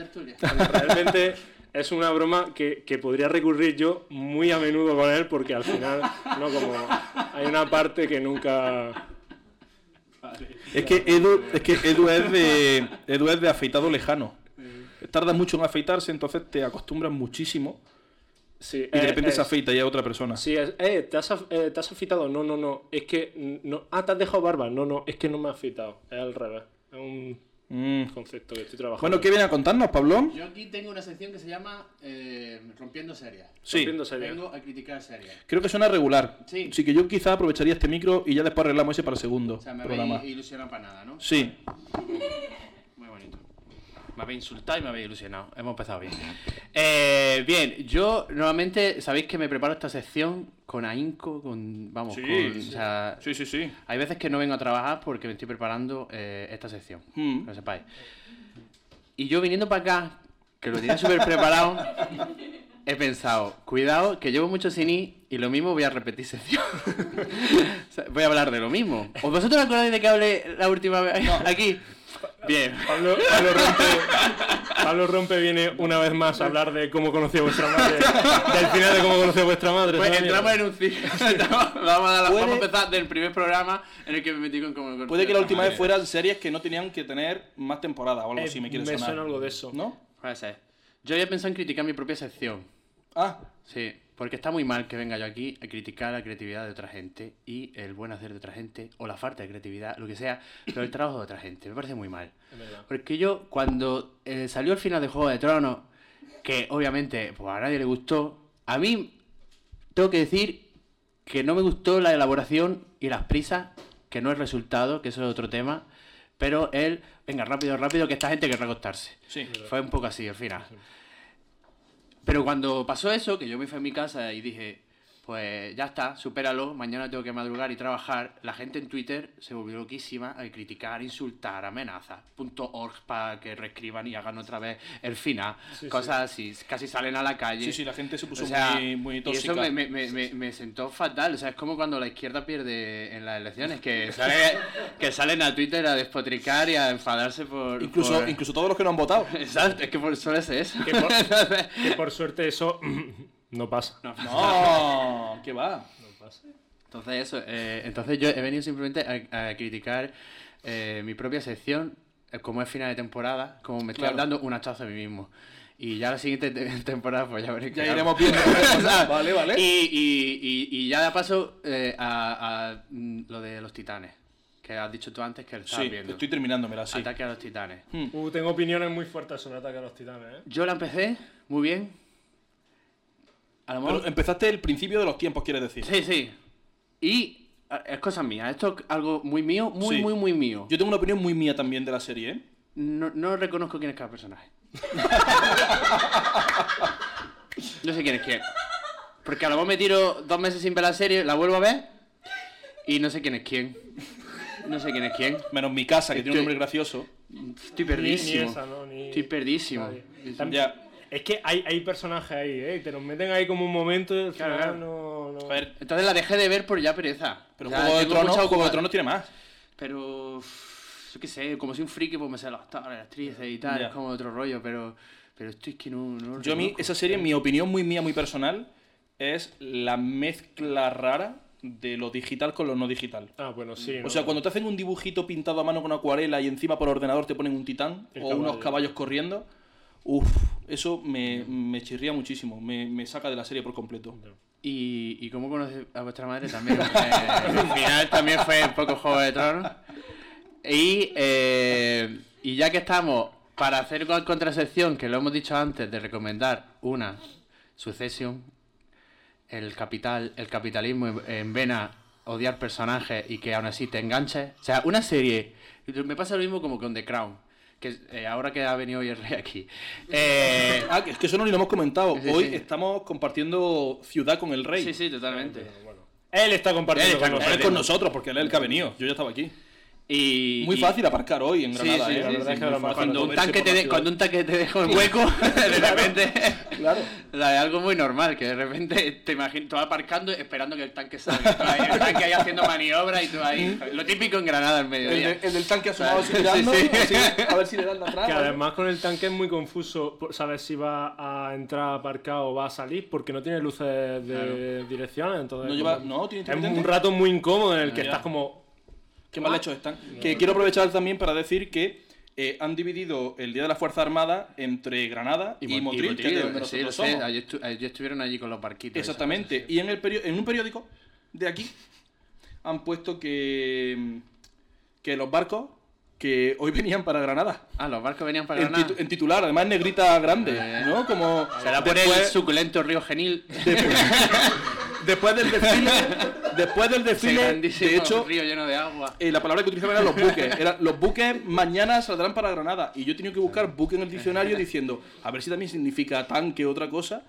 Speaker 3: tertulia.
Speaker 2: Realmente es una broma que, que podría recurrir yo muy a menudo con él porque al final, no como hay una parte que nunca
Speaker 3: Vale.
Speaker 1: Es que Edu es, que Edu es, de, Edu es de afeitado lejano. Tarda mucho en afeitarse, entonces te acostumbras muchísimo
Speaker 2: sí,
Speaker 1: y de
Speaker 2: eh,
Speaker 1: repente
Speaker 2: eh,
Speaker 1: se afeita ya otra persona.
Speaker 2: Sí, es, eh, ¿te has, af- eh, ¿te has afeitado? No, no, no. Es que. n- No. Ah, ¿te has dejado barba? No, no, es que no me he afeitado. Es al revés. Es un
Speaker 1: Mm.
Speaker 2: concepto que estoy trabajando.
Speaker 1: Bueno, ¿qué viene a contarnos, Pablón?
Speaker 3: Yo aquí tengo una sección que se llama eh, Rompiendo Serias.
Speaker 1: Sí,
Speaker 2: Rompiendo series.
Speaker 3: Vengo a criticar series.
Speaker 1: creo que suena regular.
Speaker 3: Sí.
Speaker 1: Así que yo quizá aprovecharía este micro y ya después arreglamos ese para el
Speaker 3: O
Speaker 1: segundo
Speaker 3: sea, me
Speaker 1: programa.
Speaker 3: habéis ilusionado para nada, ¿no?
Speaker 1: Sí,
Speaker 3: Muy bonito. Me habéis insultado y me habéis ilusionado. Hemos empezado bien. Eh, bien, yo normalmente sabéis que me preparo esta sección con ahínco, con. Vamos,
Speaker 1: Sí,
Speaker 3: con.
Speaker 1: sí.
Speaker 3: O sea,
Speaker 1: sí, sí, sí.
Speaker 3: hay veces que no vengo a trabajar porque me estoy preparando eh, esta sección.
Speaker 1: Mm.
Speaker 3: Que lo sepáis. Y yo viniendo para acá, que lo tenía súper preparado, he pensado, cuidado, que llevo mucho sin ir y lo mismo voy a repetir sección. O sea, voy a hablar de lo mismo. ¿Os vosotros acordáis de que hablé la última vez aquí? Bien.
Speaker 2: Pablo, Pablo Rompe, Pablo Rompe viene una vez más a hablar de cómo conocí a vuestra madre. Del final de cómo conocí a vuestra madre.
Speaker 3: Pues
Speaker 2: ¿sabes?
Speaker 3: entramos en un ciclo. Estamos- Vamos a, dar la-
Speaker 1: Puede-
Speaker 3: vamos a empezar del primer programa en el que me metí con como.
Speaker 1: Puede que la última vez fueran series que no tenían que tener más temporadas o algo
Speaker 2: Eh,
Speaker 1: así, me quieres
Speaker 2: me
Speaker 1: sonar.
Speaker 2: suena algo de eso.
Speaker 1: ¿No?
Speaker 3: Puede ser. Yo había pensado en criticar mi propia sección.
Speaker 1: Ah,
Speaker 3: Sí, porque está muy mal que venga yo aquí a criticar la creatividad de otra gente y el buen hacer de otra gente o la falta de creatividad, lo que sea, pero el trabajo de otra gente. Me parece muy mal.
Speaker 2: Es verdad.
Speaker 3: Porque yo, cuando eh, salió el final de Juego de Tronos, que obviamente pues, a nadie le gustó, a mí tengo que decir que no me gustó la elaboración y las prisas, que no el resultado, que eso es otro tema, pero él, venga, rápido, rápido, que esta gente querrá acostarse.
Speaker 1: sí.
Speaker 3: Fue un poco así al final. Pero cuando pasó eso, que yo me fui a mi casa y dije, pues ya está, supéralo, mañana tengo que madrugar y trabajar, la gente en Twitter se volvió loquísima a criticar, insultar, amenazas, punto org para que reescriban y hagan otra vez el final, cosas así, casi salen a la calle.
Speaker 1: Sí, sí, la gente se puso
Speaker 3: O sea,
Speaker 1: muy, muy
Speaker 3: y
Speaker 1: tóxica.
Speaker 3: eso me, me- me- me- me sentó fatal. O sea, es como cuando la izquierda pierde en las elecciones, que, sale- que salen a Twitter a despotricar y a enfadarse por...
Speaker 1: Incluso,
Speaker 3: por-
Speaker 1: incluso todos los que no han votado.
Speaker 3: Exacto, es que por suele ser eso.
Speaker 2: Que por- Que por suerte eso no pasa.
Speaker 3: No.
Speaker 1: No, que va.
Speaker 3: Entonces, eso, eh, entonces yo he venido simplemente a, a criticar eh, mi propia sección, eh, como es final de temporada, como me estoy
Speaker 1: Claro.
Speaker 3: dando un hachazo a mí mismo. Y ya la siguiente te- temporada, pues ya veré
Speaker 1: Ya iremos viendo. vale, vale.
Speaker 3: Y, y- y- y ya de paso eh, a, a, mm, lo de los titanes, que has dicho tú antes que lo estabas
Speaker 1: Sí,
Speaker 3: viendo.
Speaker 1: estoy terminándomela, sí.
Speaker 3: Ataque a los titanes.
Speaker 2: Uh, tengo opiniones muy fuertes sobre Ataque a los Titanes, ¿eh?
Speaker 3: Yo la empecé muy bien. A lo mejor
Speaker 1: Pero empezaste el principio de los tiempos, quieres decir.
Speaker 3: Sí, sí. Y a- es cosa mía. Esto es algo muy mío, muy,
Speaker 1: Sí.
Speaker 3: muy, muy mío.
Speaker 1: Yo tengo una opinión muy mía también de la serie, ¿eh?
Speaker 3: No, no reconozco quién es cada personaje. no sé quién es quién. Porque a lo mejor me tiro dos meses sin ver la serie, la vuelvo a ver y no sé quién es quién. No sé quién es quién.
Speaker 1: Menos mi casa, que tiene un
Speaker 3: Estoy-
Speaker 1: nombre gracioso.
Speaker 3: Estoy
Speaker 2: Ni, ni
Speaker 3: perdísimo.
Speaker 2: esa, ¿no? Ni...
Speaker 3: Estoy perdísimo.
Speaker 2: nadie.
Speaker 1: Ya.
Speaker 2: Es que hay, hay personajes ahí, ¿eh? Te los meten ahí como un momento y al
Speaker 3: Claro,
Speaker 2: final
Speaker 3: claro.
Speaker 2: no, no-
Speaker 1: A ver,
Speaker 3: Entonces la dejé de ver por ya pereza.
Speaker 1: pero
Speaker 3: Ya
Speaker 1: Juego de
Speaker 3: tengo
Speaker 1: Tronos,
Speaker 3: mucha
Speaker 1: Juego de
Speaker 3: ocupa-
Speaker 1: Tronos tiene más.
Speaker 3: Pero. uff, Yo qué sé, como soy un friki, pues me sé los actores, las actrices y tal,
Speaker 1: Ya.
Speaker 3: es como otro rollo, pero. Pero esto es que no. no lo
Speaker 1: Yo a mí,
Speaker 3: reconozco.
Speaker 1: esa serie, mi opinión muy mía, muy personal, es la mezcla rara de lo digital con lo no digital.
Speaker 2: Ah, bueno, sí.
Speaker 1: O
Speaker 2: ¿no?
Speaker 1: sea, cuando te hacen un dibujito pintado a mano con acuarela y encima por ordenador te ponen un titán
Speaker 2: El
Speaker 1: o unos
Speaker 2: caballo.
Speaker 1: caballos corriendo, uff, eso me, me chirría muchísimo, me, me saca de la serie por completo.
Speaker 3: Y, y cómo conoce a vuestra madre también. eh, al final también fue un poco juego de tronos. Y, eh, y ya que estamos para hacer con contrasección, que lo hemos dicho antes, de recomendar una sucesión, el capital, el capitalismo en- en vena, odiar personajes y que aún así te enganches. O sea, una serie. Me pasa lo mismo como con The Crown. Que eh, ahora que ha venido hoy el rey aquí. Eh,
Speaker 1: Ah, que es que eso no ni lo hemos comentado.
Speaker 3: Sí, sí,
Speaker 1: Hoy
Speaker 3: sí.
Speaker 1: estamos compartiendo ciudad con el rey.
Speaker 3: sí, sí, totalmente.
Speaker 2: Él está compartiendo
Speaker 3: Él está
Speaker 2: con
Speaker 1: Él
Speaker 2: nosotros.
Speaker 1: con nosotros, porque él es el que ha venido. Yo ya estaba aquí.
Speaker 3: Y,
Speaker 1: Muy
Speaker 3: y-
Speaker 1: fácil aparcar hoy en
Speaker 3: Sí,
Speaker 1: Granada, ¿eh?
Speaker 3: sí, sí,
Speaker 1: La verdad
Speaker 3: sí,
Speaker 1: es que a lo
Speaker 2: muy
Speaker 1: mejor
Speaker 2: fácil.
Speaker 3: Cuando un,
Speaker 1: moverse
Speaker 3: tanque
Speaker 1: por
Speaker 3: te
Speaker 1: la
Speaker 3: de-
Speaker 1: ciudad.
Speaker 3: cuando un tanque te deja un hueco, de repente.
Speaker 1: Claro.
Speaker 3: O sea, Es algo muy normal, que de repente te imagino, tú aparcando esperando que el tanque salga. Tú ahí, El tanque ahí haciendo maniobra y tú ahí. Lo típico en Granada al
Speaker 1: El,
Speaker 3: mediodía.
Speaker 1: de- el del tanque asomado
Speaker 3: Sí,
Speaker 1: así mirando,
Speaker 3: sí.
Speaker 1: así, a ver si le dan de atrás.
Speaker 2: Que
Speaker 1: ¿vale?
Speaker 2: además con el tanque es muy confuso por saber si va a entrar aparcado o va a salir porque no tiene luces de dirección. Entonces,
Speaker 1: No lleva-
Speaker 2: como-
Speaker 1: no, tiene
Speaker 2: es
Speaker 1: intermitente.
Speaker 2: un rato muy incómodo en el que
Speaker 3: ya.
Speaker 2: estás como.
Speaker 1: Qué
Speaker 3: Ah.
Speaker 1: mal hechos están. Que quiero aprovechar también para decir que eh, han dividido el Día de la Fuerza Armada entre Granada y,
Speaker 3: mo-
Speaker 1: Motril, que es de donde
Speaker 3: sí,
Speaker 1: nosotros
Speaker 3: lo sé,
Speaker 1: somos.
Speaker 3: ayer, estu- ayer estuvieron allí con los barquitos. y esas
Speaker 1: Exactamente. Y en, el perio- en un periódico de aquí han puesto que, que los barcos que hoy venían para Granada.
Speaker 3: cosas. Ah, los barcos venían para
Speaker 1: En,
Speaker 3: Granada.
Speaker 1: titu- en titular, además en negrita grande,
Speaker 3: Eh.
Speaker 1: ¿no? Como
Speaker 3: Será por el
Speaker 1: después,
Speaker 3: suculento río Genil.
Speaker 1: después del desfile, después del
Speaker 3: Ese
Speaker 1: desfile,
Speaker 3: grandísimo
Speaker 1: de hecho,
Speaker 3: río lleno de agua.
Speaker 1: Eh, la palabra que utilizaban era los buques. Era, los buques mañana saldrán para Granada. Y yo he tenido que buscar buque en el diccionario diciendo, a ver si también significa tanque o otra cosa.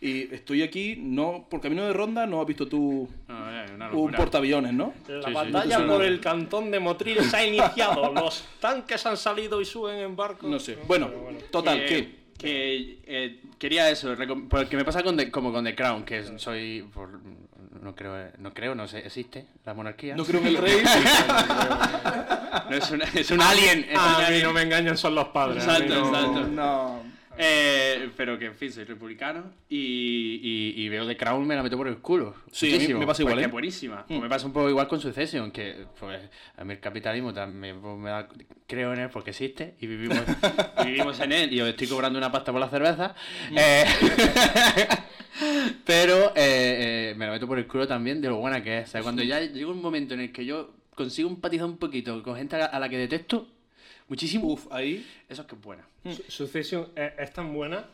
Speaker 1: Y estoy aquí, no por camino de ronda, no has visto tú
Speaker 3: No, era una
Speaker 1: un
Speaker 3: locura.
Speaker 1: portaaviones, ¿no?
Speaker 2: La
Speaker 3: sí,
Speaker 2: batalla
Speaker 3: sí, sí.
Speaker 2: por el cantón de Motril se ha iniciado. Los tanques han salido y suben en barco.
Speaker 1: No sé. Bueno, total, que...
Speaker 3: que, Eh, que, eh, quería eso, recom- porque me pasa con The- como con The Crown, que soy por- no creo, eh, no creo, no sé, existe la monarquía.
Speaker 1: No creo en el rey.
Speaker 3: No, es, una- es un alien, es
Speaker 1: Ah,
Speaker 3: un
Speaker 2: Ah, A mí
Speaker 3: alien.
Speaker 2: no me engañan, son los padres. a mí
Speaker 3: Exacto,
Speaker 2: no-
Speaker 3: exacto.
Speaker 1: No.
Speaker 3: Eh, pero que en fin, soy republicano y, y- y veo The Crown me la meto por el culo.
Speaker 1: Sí, a mí
Speaker 3: Muchísimo,
Speaker 1: me pasa igual,
Speaker 3: porque
Speaker 1: ¿eh?
Speaker 3: es buenísima. O me pasa un poco igual con Succession, que pues a mí el capitalismo también pues, me da- creo en él porque existe y vivimos, vivimos en él y os estoy cobrando una pasta por la cerveza.
Speaker 1: Hmm.
Speaker 3: Eh, pero eh, eh, me la meto por el culo también de lo buena que es. O sea, cuando ya llega un momento en el que yo consigo empatizar un poquito con gente a la, a la que detesto, muchísimo,
Speaker 1: Uf, Hmm. ahí...
Speaker 3: eso es que es buena.
Speaker 2: Su- Succession es, es tan buena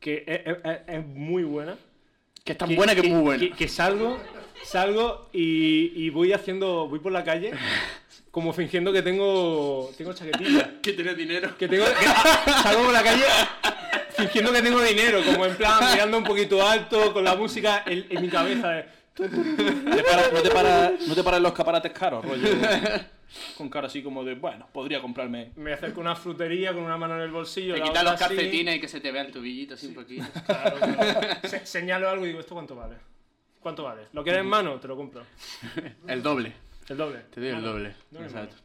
Speaker 2: que es, es- es- es muy buena.
Speaker 3: Que es tan buena que es muy buena.
Speaker 2: Que, que salgo, salgo y, y voy haciendo, voy por la calle como fingiendo que tengo, tengo chaquetilla.
Speaker 3: que tiene dinero.
Speaker 2: Que tengo, que salgo por la calle fingiendo que tengo dinero, como en plan mirando un poquito alto con la música en, en mi cabeza. de,
Speaker 1: Te para- no, te para, no te paran los caparates caros, rollo. Con cara así como de, bueno, podría comprarme...
Speaker 2: me acerco a una frutería con una mano en el bolsillo.
Speaker 3: Te
Speaker 2: la
Speaker 3: quitas
Speaker 2: otra
Speaker 3: los
Speaker 2: así,
Speaker 3: calcetines y que se te vea el tubillito así un poquito.
Speaker 2: claro, claro. Se- señalo algo y digo, ¿esto cuánto vale? ¿Cuánto vale? ¿Lo quieres en mano? Te lo compro.
Speaker 3: El doble.
Speaker 2: El doble.
Speaker 3: Te doy el doble.
Speaker 2: doble
Speaker 3: Exacto.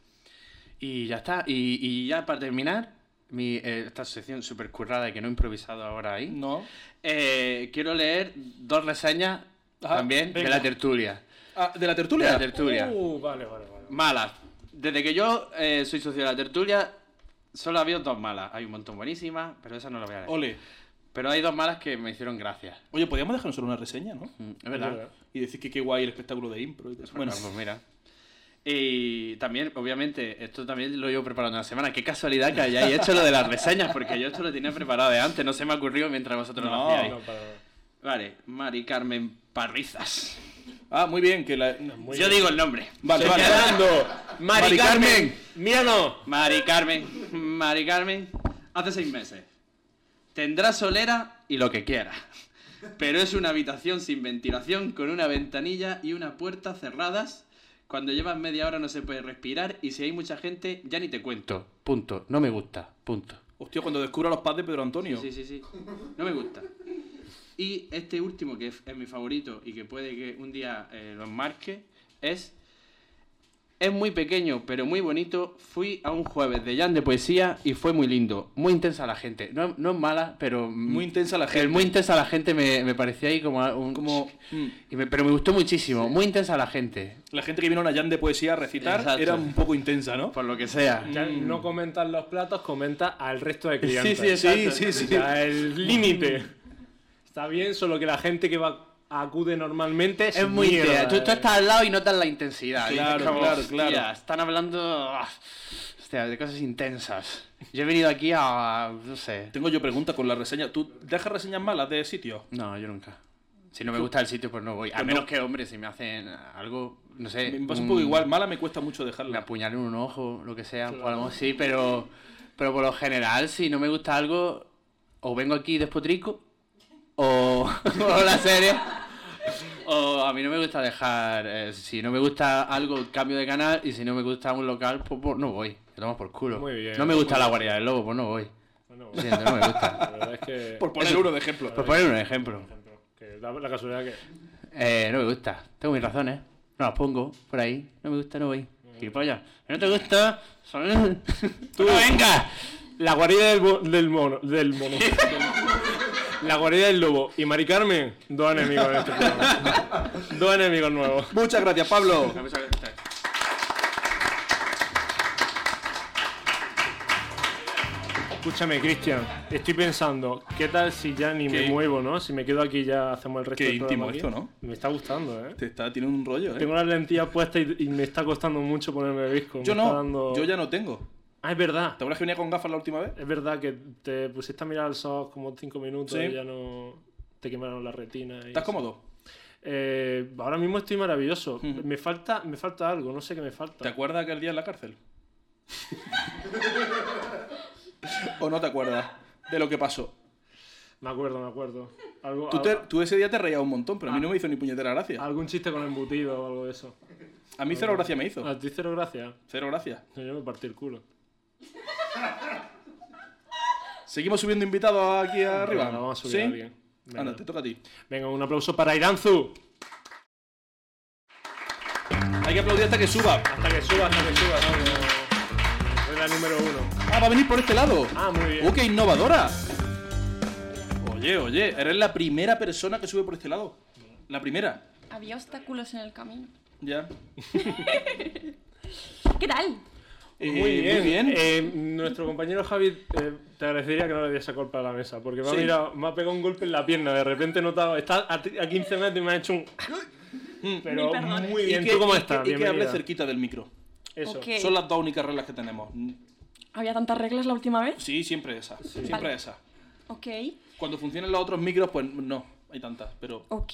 Speaker 3: Y ya está. Y, y ya para terminar, mi, eh, esta sección súper currada que no he improvisado ahora ahí.
Speaker 1: No.
Speaker 3: eh, quiero leer dos reseñas
Speaker 1: Ajá,
Speaker 3: también de
Speaker 2: venga.
Speaker 3: la tertulia.
Speaker 1: Ah, ¿De la
Speaker 3: De
Speaker 1: tertulia?
Speaker 3: la tertulia.
Speaker 2: Uh, vale, vale, vale.
Speaker 3: Malas. Desde que yo eh, soy socio de la tertulia, solo ha habido dos malas. Hay un montón buenísimas, pero esa no la voy a leer.
Speaker 1: Ole.
Speaker 3: Pero hay dos malas que me hicieron gracia.
Speaker 1: Oye, podríamos dejarnos solo una reseña, ¿no?
Speaker 3: Mm, Es verdad.
Speaker 2: verdad.
Speaker 1: Y decir que qué guay el espectáculo de impro. y cosas. Bueno,
Speaker 3: Ah, pues mira. Y también, obviamente, esto también lo llevo preparando una semana. Qué casualidad que hayáis hecho lo de las reseñas, porque yo esto lo tenía preparado de antes, no se me ha ocurrido mientras vosotros lo
Speaker 1: No,
Speaker 3: hacíais.
Speaker 2: No, para nada.
Speaker 3: Vale, Mari Carmen Parrizas.
Speaker 1: ah, muy bien, que la...
Speaker 2: Muy
Speaker 3: yo
Speaker 2: bien.
Speaker 3: digo el nombre.
Speaker 1: Vale, vale.
Speaker 2: Señalando.
Speaker 1: Mari
Speaker 2: Mari
Speaker 1: Carmen.
Speaker 2: Carmen. Míranos.
Speaker 3: Mari Carmen, Mari Carmen, hace seis meses. Tendrá solera y lo que quiera. Pero es una habitación sin ventilación, con una ventanilla y una puerta cerradas. Cuando llevas media hora no se puede respirar y si hay mucha gente, ya ni te cuento. Punto. No me gusta. Punto.
Speaker 1: Hostia, cuando descubro a los padres de Pedro Antonio.
Speaker 3: Sí, sí, sí. No me gusta. Y este último, que es, es mi favorito y que puede que un día eh, lo marque, es... Es muy pequeño, pero muy bonito. Fui a un jueves de Jan de poesía y fue muy lindo. Muy intensa la gente. No, no es mala, pero... mm,
Speaker 1: Muy intensa la
Speaker 3: el
Speaker 1: gente.
Speaker 3: muy intensa la gente me, me parecía ahí como un...
Speaker 1: Como mm,
Speaker 3: y me- pero me gustó muchísimo. Muy intensa la gente.
Speaker 1: la gente que vino a una Jan de poesía a recitar
Speaker 3: Exacto.
Speaker 1: era un poco intensa, ¿no?
Speaker 3: Por lo que sea.
Speaker 2: Ya no comentas los platos, comenta al resto de clientes.
Speaker 1: sí, sí, sí, sí.
Speaker 2: O sea, el límite. Está bien, solo que la gente que va acude normalmente es,
Speaker 3: Es muy
Speaker 2: mierda,
Speaker 3: intensa. Tú, tú
Speaker 2: eh.
Speaker 3: estás al lado y notas la intensidad.
Speaker 1: Claro,
Speaker 3: Dices como,
Speaker 1: claro,
Speaker 3: "Hostia,
Speaker 1: claro".
Speaker 3: Están hablando ah, hostia, de cosas intensas. Yo he venido aquí a. No sé.
Speaker 1: Tengo yo pregunta con la reseña. ¿Tú dejas reseñas malas de sitios?
Speaker 3: No, yo nunca. Si no me gusta el sitio, pues no voy. A
Speaker 1: Pues no.
Speaker 3: menos que, hombre, si me hacen algo. No sé.
Speaker 1: Me pasa un
Speaker 2: Mm.
Speaker 1: poco igual, mala me cuesta mucho
Speaker 3: Me
Speaker 1: dejarla.
Speaker 3: apuñalen un ojo, lo que sea. pues a lo mejor sí, pero. Pero por lo general, si no me gusta algo, o vengo aquí y despotrico, o. o la serie. O a mí no me gusta dejar. eh, si no me gusta algo, cambio de canal. Y si no me gusta un local, pues, pues, no voy. Te tomas por culo.
Speaker 2: Muy bien.
Speaker 3: no me gusta la guardia del lobo, pues no voy.
Speaker 2: Bueno,
Speaker 3: Lo siento, no me
Speaker 2: la
Speaker 3: gusta.
Speaker 2: verdad es que.
Speaker 1: Por poner uno de ejemplo.
Speaker 3: Por poner un ejemplo.
Speaker 2: que da la casualidad que.
Speaker 3: Eh, no me gusta. Tengo mis razones. No las pongo por ahí. No me gusta, no voy. Gilipollas. Si no te gusta, son... ¡Tú venga!
Speaker 2: La guarida del, bo- del mono. Del mono. la guarida del lobo y Mari Carmen, dos enemigos de este programa. Dos enemigos nuevos.
Speaker 1: Muchas gracias, Pablo.
Speaker 2: Escúchame, Cristian, estoy pensando, ¿qué tal si ya ni me
Speaker 1: Qué-
Speaker 2: muevo, no? Si me quedo aquí ya hacemos el resto
Speaker 1: Qué
Speaker 2: del programa
Speaker 1: íntimo
Speaker 2: aquí.
Speaker 1: esto, ¿no?
Speaker 2: Me está gustando, ¿eh?
Speaker 1: Te está, tiene un rollo, ¿eh?
Speaker 2: Tengo las lentillas puestas y, y me está costando mucho ponerme el disco.
Speaker 1: Yo
Speaker 2: me está
Speaker 1: no,
Speaker 2: dando-
Speaker 1: yo ya no tengo.
Speaker 2: Ah, es verdad.
Speaker 1: ¿Te acuerdas que venía con gafas la última vez?
Speaker 2: Es verdad que te pusiste a mirar al sol como 5 minutos
Speaker 1: Sí.
Speaker 2: y ya no te quemaron la retina. y
Speaker 1: ¿Estás
Speaker 2: eso.
Speaker 1: cómodo?
Speaker 2: Eh, ahora mismo estoy maravilloso.
Speaker 1: Mm.
Speaker 2: Me falta, me falta algo, no sé qué me
Speaker 1: ¿Te
Speaker 2: falta.
Speaker 1: acuerdas aquel día en la cárcel? ¿O no te acuerdas de lo que pasó?
Speaker 2: Me acuerdo, me acuerdo. Algo,
Speaker 1: Tú,
Speaker 2: al-
Speaker 1: te- tú ese día te reías un montón, pero a mí no me hizo ni puñetera gracia.
Speaker 2: algún chiste con embutido o algo de eso.
Speaker 1: A mí cero gracia me hizo.
Speaker 2: A ti cero gracias.
Speaker 1: Cero gracia.
Speaker 2: Yo me partí el culo.
Speaker 1: Seguimos subiendo invitados aquí arriba.
Speaker 2: Venga, vamos a subir
Speaker 1: ¿Sí?
Speaker 2: a alguien. Venga.
Speaker 1: Anda, te toca a ti.
Speaker 2: Venga, un aplauso para Iranzu.
Speaker 1: Hay que aplaudir hasta que suba.
Speaker 2: Hasta que suba, hasta que suba. ¿no? Como- Es la número uno.
Speaker 1: Ah, va a venir por este lado.
Speaker 2: Ah, muy bien.
Speaker 1: ¡Oh, qué innovadora! Oye, oye, eres la primera persona que sube por este lado. La primera.
Speaker 4: Había obstáculos en el camino.
Speaker 1: Ya.
Speaker 4: ¿Qué tal?
Speaker 1: Eh, Muy bien.
Speaker 2: Eh, nuestro compañero Javi, eh, te agradecería que no le diese golpe a la mesa, porque me ha,
Speaker 1: Sí.
Speaker 2: mirado- me ha pegado un golpe en la pierna. De repente he notado. Está a, ti- a 15 metros y me ha hecho un. Pero
Speaker 4: Mil perdones.
Speaker 2: muy
Speaker 1: Y
Speaker 2: bien.
Speaker 1: que-
Speaker 2: ¿Tú cómo
Speaker 1: y
Speaker 2: estás?
Speaker 1: que- Y que hable
Speaker 2: Bienvenida.
Speaker 1: cerquita del micro.
Speaker 2: Eso.
Speaker 4: Ok.
Speaker 1: Son las dos únicas reglas que tenemos.
Speaker 4: ¿Había tantas reglas la última vez?
Speaker 1: Sí, siempre esa. Siempre
Speaker 4: Vale.
Speaker 1: esa.
Speaker 4: Ok,
Speaker 1: Cuando funcionen los otros micros, pues no, hay tantas. Pero
Speaker 4: ok.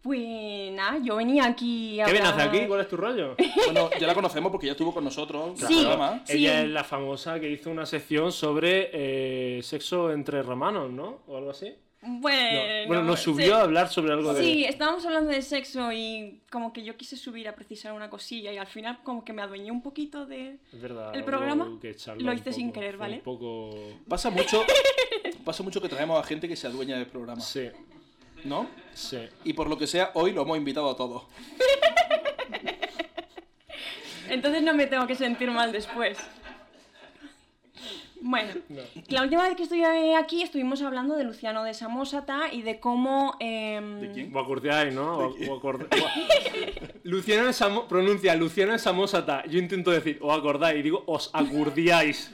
Speaker 4: Pues nada, yo venía aquí a
Speaker 2: ¿Qué vienes a hacer
Speaker 4: hablar-
Speaker 2: aquí? ¿Cuál es tu rollo?
Speaker 1: bueno, ya la conocemos porque ya estuvo con nosotros. en el
Speaker 4: Sí.
Speaker 1: programa.
Speaker 4: Sí.
Speaker 2: Ella es la famosa que hizo una sección sobre eh, sexo entre romanos, ¿no? O algo así. No.
Speaker 4: Bueno,
Speaker 2: Bueno, nos subió a hablar sobre algo
Speaker 4: sí.
Speaker 2: de.
Speaker 4: Eh, Sí, estábamos hablando de sexo y como que yo quise subir a precisar una cosilla y al final como que me adueñé un poquito de...
Speaker 2: Es verdad,
Speaker 4: El
Speaker 2: hubo
Speaker 4: programa
Speaker 2: que echarlo
Speaker 4: lo
Speaker 2: un
Speaker 4: hice sin
Speaker 2: poco,
Speaker 4: querer,
Speaker 2: fue
Speaker 4: ¿vale?
Speaker 2: Un poco.
Speaker 1: Pasa mucho, pasa mucho que traemos a gente que se adueña del programa,
Speaker 2: Sí,
Speaker 1: ¿no?
Speaker 2: sí.
Speaker 1: Y por lo que sea, hoy lo hemos invitado a todos.
Speaker 4: Entonces no me tengo que sentir mal después. Bueno, la última vez que estuve aquí estuvimos hablando de Luciano de Samosata y de cómo... em,
Speaker 1: ¿De quién?
Speaker 2: Guacurdiay, ¿no? Guacord- Gua- Luciano de Samo- pronuncia Luciano de Samosata. Yo intento decir, os acordáis, y digo, os acurdiáis.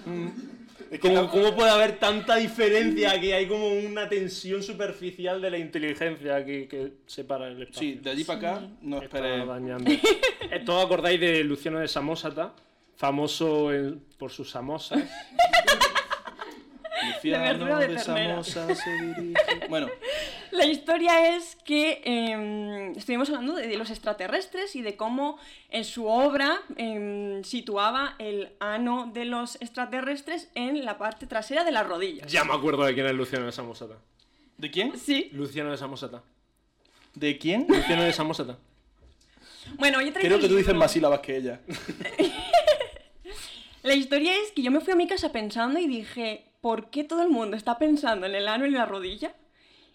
Speaker 2: ¿Cómo, cómo puede haber tanta diferencia aquí? Hay como una tensión superficial de la inteligencia aquí que separa el espacio.
Speaker 1: Sí, de allí para acá, no
Speaker 2: Está
Speaker 1: esperes.
Speaker 2: dañando. Eh, Todos acordáis de Luciano de Samosata, famoso en- por sus samosas.
Speaker 4: De verdura de ternera.
Speaker 1: Samosa se dirige. Bueno,
Speaker 4: La historia es que eh, estuvimos hablando de, de los extraterrestres y de cómo en su obra eh, situaba el ano de los extraterrestres en la parte trasera de las rodillas.
Speaker 2: ya me acuerdo de quién es Luciano de Samosata.
Speaker 1: ¿de quién?
Speaker 4: Sí.
Speaker 2: Luciano de Samosata.
Speaker 1: ¿De quién?
Speaker 2: Luciano de Samosata.
Speaker 4: Bueno, yo traigo
Speaker 1: Creo
Speaker 4: el
Speaker 1: que tú dices
Speaker 4: libro.
Speaker 1: más sílabas que ella.
Speaker 4: La historia es que yo me fui a mi casa pensando y dije, ¿por qué todo el mundo está pensando en el ano y en la rodilla?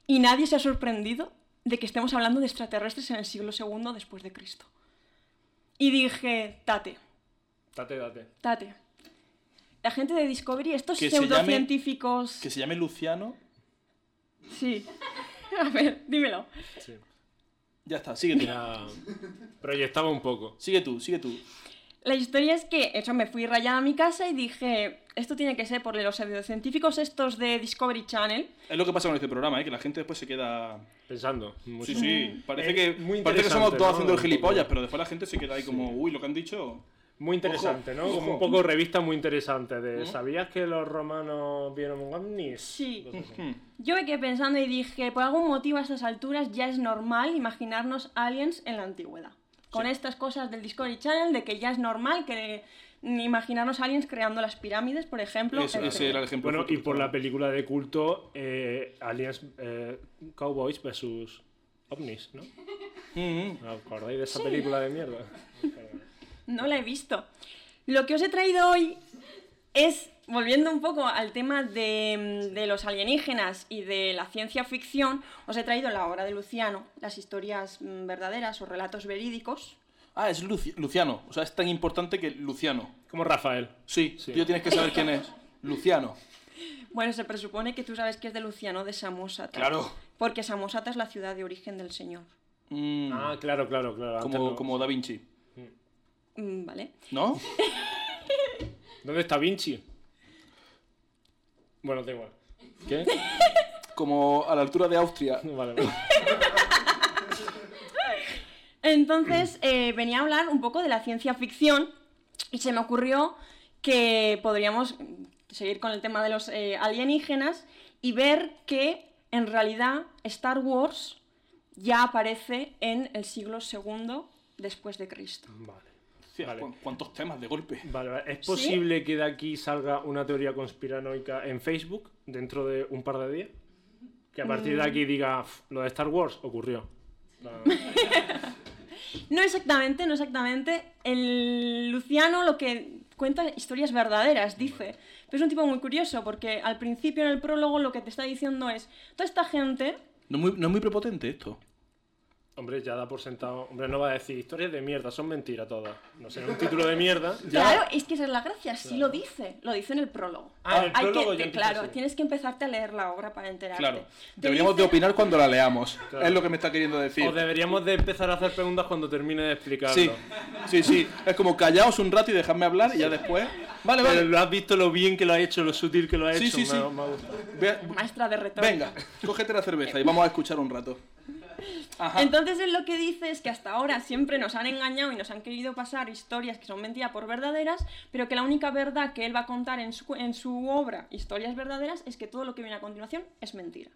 Speaker 4: Y nadie se ha sorprendido de que estemos hablando de extraterrestres en el siglo II después de Cristo. Y dije, tate.
Speaker 2: Date, date.
Speaker 4: Tate. La gente de Discovery, estos
Speaker 1: Que se llame-
Speaker 4: pseudocientíficos.
Speaker 1: Que se llame Luciano.
Speaker 4: Sí. A ver, dímelo.
Speaker 2: Sí.
Speaker 1: Ya está, sigue tú.
Speaker 2: Ya proyectaba un poco.
Speaker 1: Sigue tú, sigue tú.
Speaker 4: La historia es que, eso, me fui rayada a mi casa y dije, esto tiene que ser por los pseudocientíficos estos de Discovery Channel.
Speaker 1: Es lo que pasa con este programa, ¿eh? que la gente después se queda.
Speaker 2: Pensando. mucho.
Speaker 1: Sí,
Speaker 2: Mm.
Speaker 1: sí. Parece que,
Speaker 2: Es muy
Speaker 1: parece que somos
Speaker 2: interesante,
Speaker 1: todos
Speaker 2: ¿no?
Speaker 1: haciendo el
Speaker 2: Un poco.
Speaker 1: gilipollas, pero después la gente se queda ahí como, uy, lo que han dicho.
Speaker 2: Muy interesante,
Speaker 1: Ojo,
Speaker 2: ¿no? Como un
Speaker 1: ojo.
Speaker 2: poco revista muy interesante. De, ¿Sabías que los romanos vieron un ovnis?
Speaker 4: Sí.
Speaker 2: Cosas así.
Speaker 1: Hmm.
Speaker 4: Yo me quedé pensando y dije, por algún motivo a estas alturas ya es normal imaginarnos aliens en la antigüedad. Con estas cosas del Discovery Channel, de que ya es normal que imaginarnos aliens creando las pirámides, por ejemplo.
Speaker 1: Eso- ese
Speaker 4: etcétera.
Speaker 1: era el ejemplo.
Speaker 2: Bueno,
Speaker 1: justo
Speaker 2: y
Speaker 1: que
Speaker 2: por
Speaker 1: estaba-
Speaker 2: la película de culto eh, Aliens eh, Cowboys versus ovnis, ¿no?
Speaker 1: Mm,
Speaker 2: ¿Os acordáis de esa película de mierda?
Speaker 4: No la he visto. Lo que os he traído hoy es, volviendo un poco al tema de, mm, de los alienígenas y de la ciencia ficción, os he traído la obra de Luciano, las historias mm, verdaderas o relatos verídicos.
Speaker 1: Ah, es Luci- Luciano. O sea, es tan importante que Luciano.
Speaker 2: Como Rafael.
Speaker 1: Sí,
Speaker 2: Sí.
Speaker 1: tú ya tienes que saber quién es. Luciano.
Speaker 4: Bueno, se presupone que tú sabes que es de Luciano de Samosata.
Speaker 1: Claro.
Speaker 4: Porque Samosata es la ciudad de origen del señor.
Speaker 1: Mm,
Speaker 2: Ah, claro, claro, claro. antes
Speaker 1: como,
Speaker 2: no.
Speaker 1: como Da Vinci.
Speaker 4: Mm, ¿Vale?
Speaker 1: ¿No?
Speaker 2: ¿Dónde está Vinci? Bueno, da igual. ¿Qué?
Speaker 1: Como a la altura de Austria.
Speaker 2: Vale, vale.
Speaker 4: Entonces, eh, venía a hablar un poco de la ciencia ficción y se me ocurrió que podríamos mm, seguir con el tema de los eh, alienígenas y ver que en realidad Star Wars ya aparece en el siglo II después de Cristo.
Speaker 2: Vale.
Speaker 1: Hostia,
Speaker 2: Vale.
Speaker 1: cu- ¿Cuántos temas de golpe?
Speaker 2: Vale, vale. ¿Es
Speaker 4: ¿Sí?
Speaker 2: posible que de aquí salga una teoría conspiranoica en Facebook dentro de un par de días? Que a partir de aquí diga, "Pf, lo de Star Wars ocurrió.
Speaker 4: No exactamente, no exactamente. El Luciano lo que cuenta historias verdaderas, dice. Pero es un tipo muy curioso porque al principio en el prólogo lo que te está diciendo es, toda esta gente
Speaker 1: No es muy, no es muy prepotente esto.
Speaker 2: Hombre, ya da por sentado. Hombre, no va a decir historias de mierda, son mentiras todas. No sé, un título de mierda. ya-
Speaker 4: Claro, es que esa es la gracia, sí lo dice, lo dice en el prólogo.
Speaker 2: Ah, en el
Speaker 4: Hay que-
Speaker 2: prólogo ya
Speaker 4: te-
Speaker 2: empieza
Speaker 4: claro,
Speaker 2: así.
Speaker 4: tienes que empezarte a leer la obra para enterarte.
Speaker 1: Claro.
Speaker 4: Te
Speaker 1: Deberíamos de
Speaker 4: dice-
Speaker 1: opinar cuando la leamos.
Speaker 2: Claro.
Speaker 1: Es lo que me está queriendo decir.
Speaker 2: O deberíamos de empezar a hacer preguntas cuando termine de explicarlo.
Speaker 1: Sí, sí, sí. Es como callaos un rato y dejadme hablar y ya después. Vale,
Speaker 2: Pero
Speaker 1: vale.
Speaker 2: lo has visto lo bien que lo ha hecho, lo sutil que lo ha
Speaker 1: Sí,
Speaker 2: hecho.
Speaker 1: sí, sí.
Speaker 2: me ha- me ha gustado.
Speaker 1: Ve-
Speaker 4: Maestra de retórica.
Speaker 1: venga, cógete la cerveza y vamos a escuchar un rato. Ajá.
Speaker 4: Entonces él lo que dice es que hasta ahora siempre nos han engañado y nos han querido pasar historias que son mentiras por verdaderas, pero que la única verdad que él va a contar en su, en su obra, historias verdaderas, es que todo lo que viene a continuación es mentira.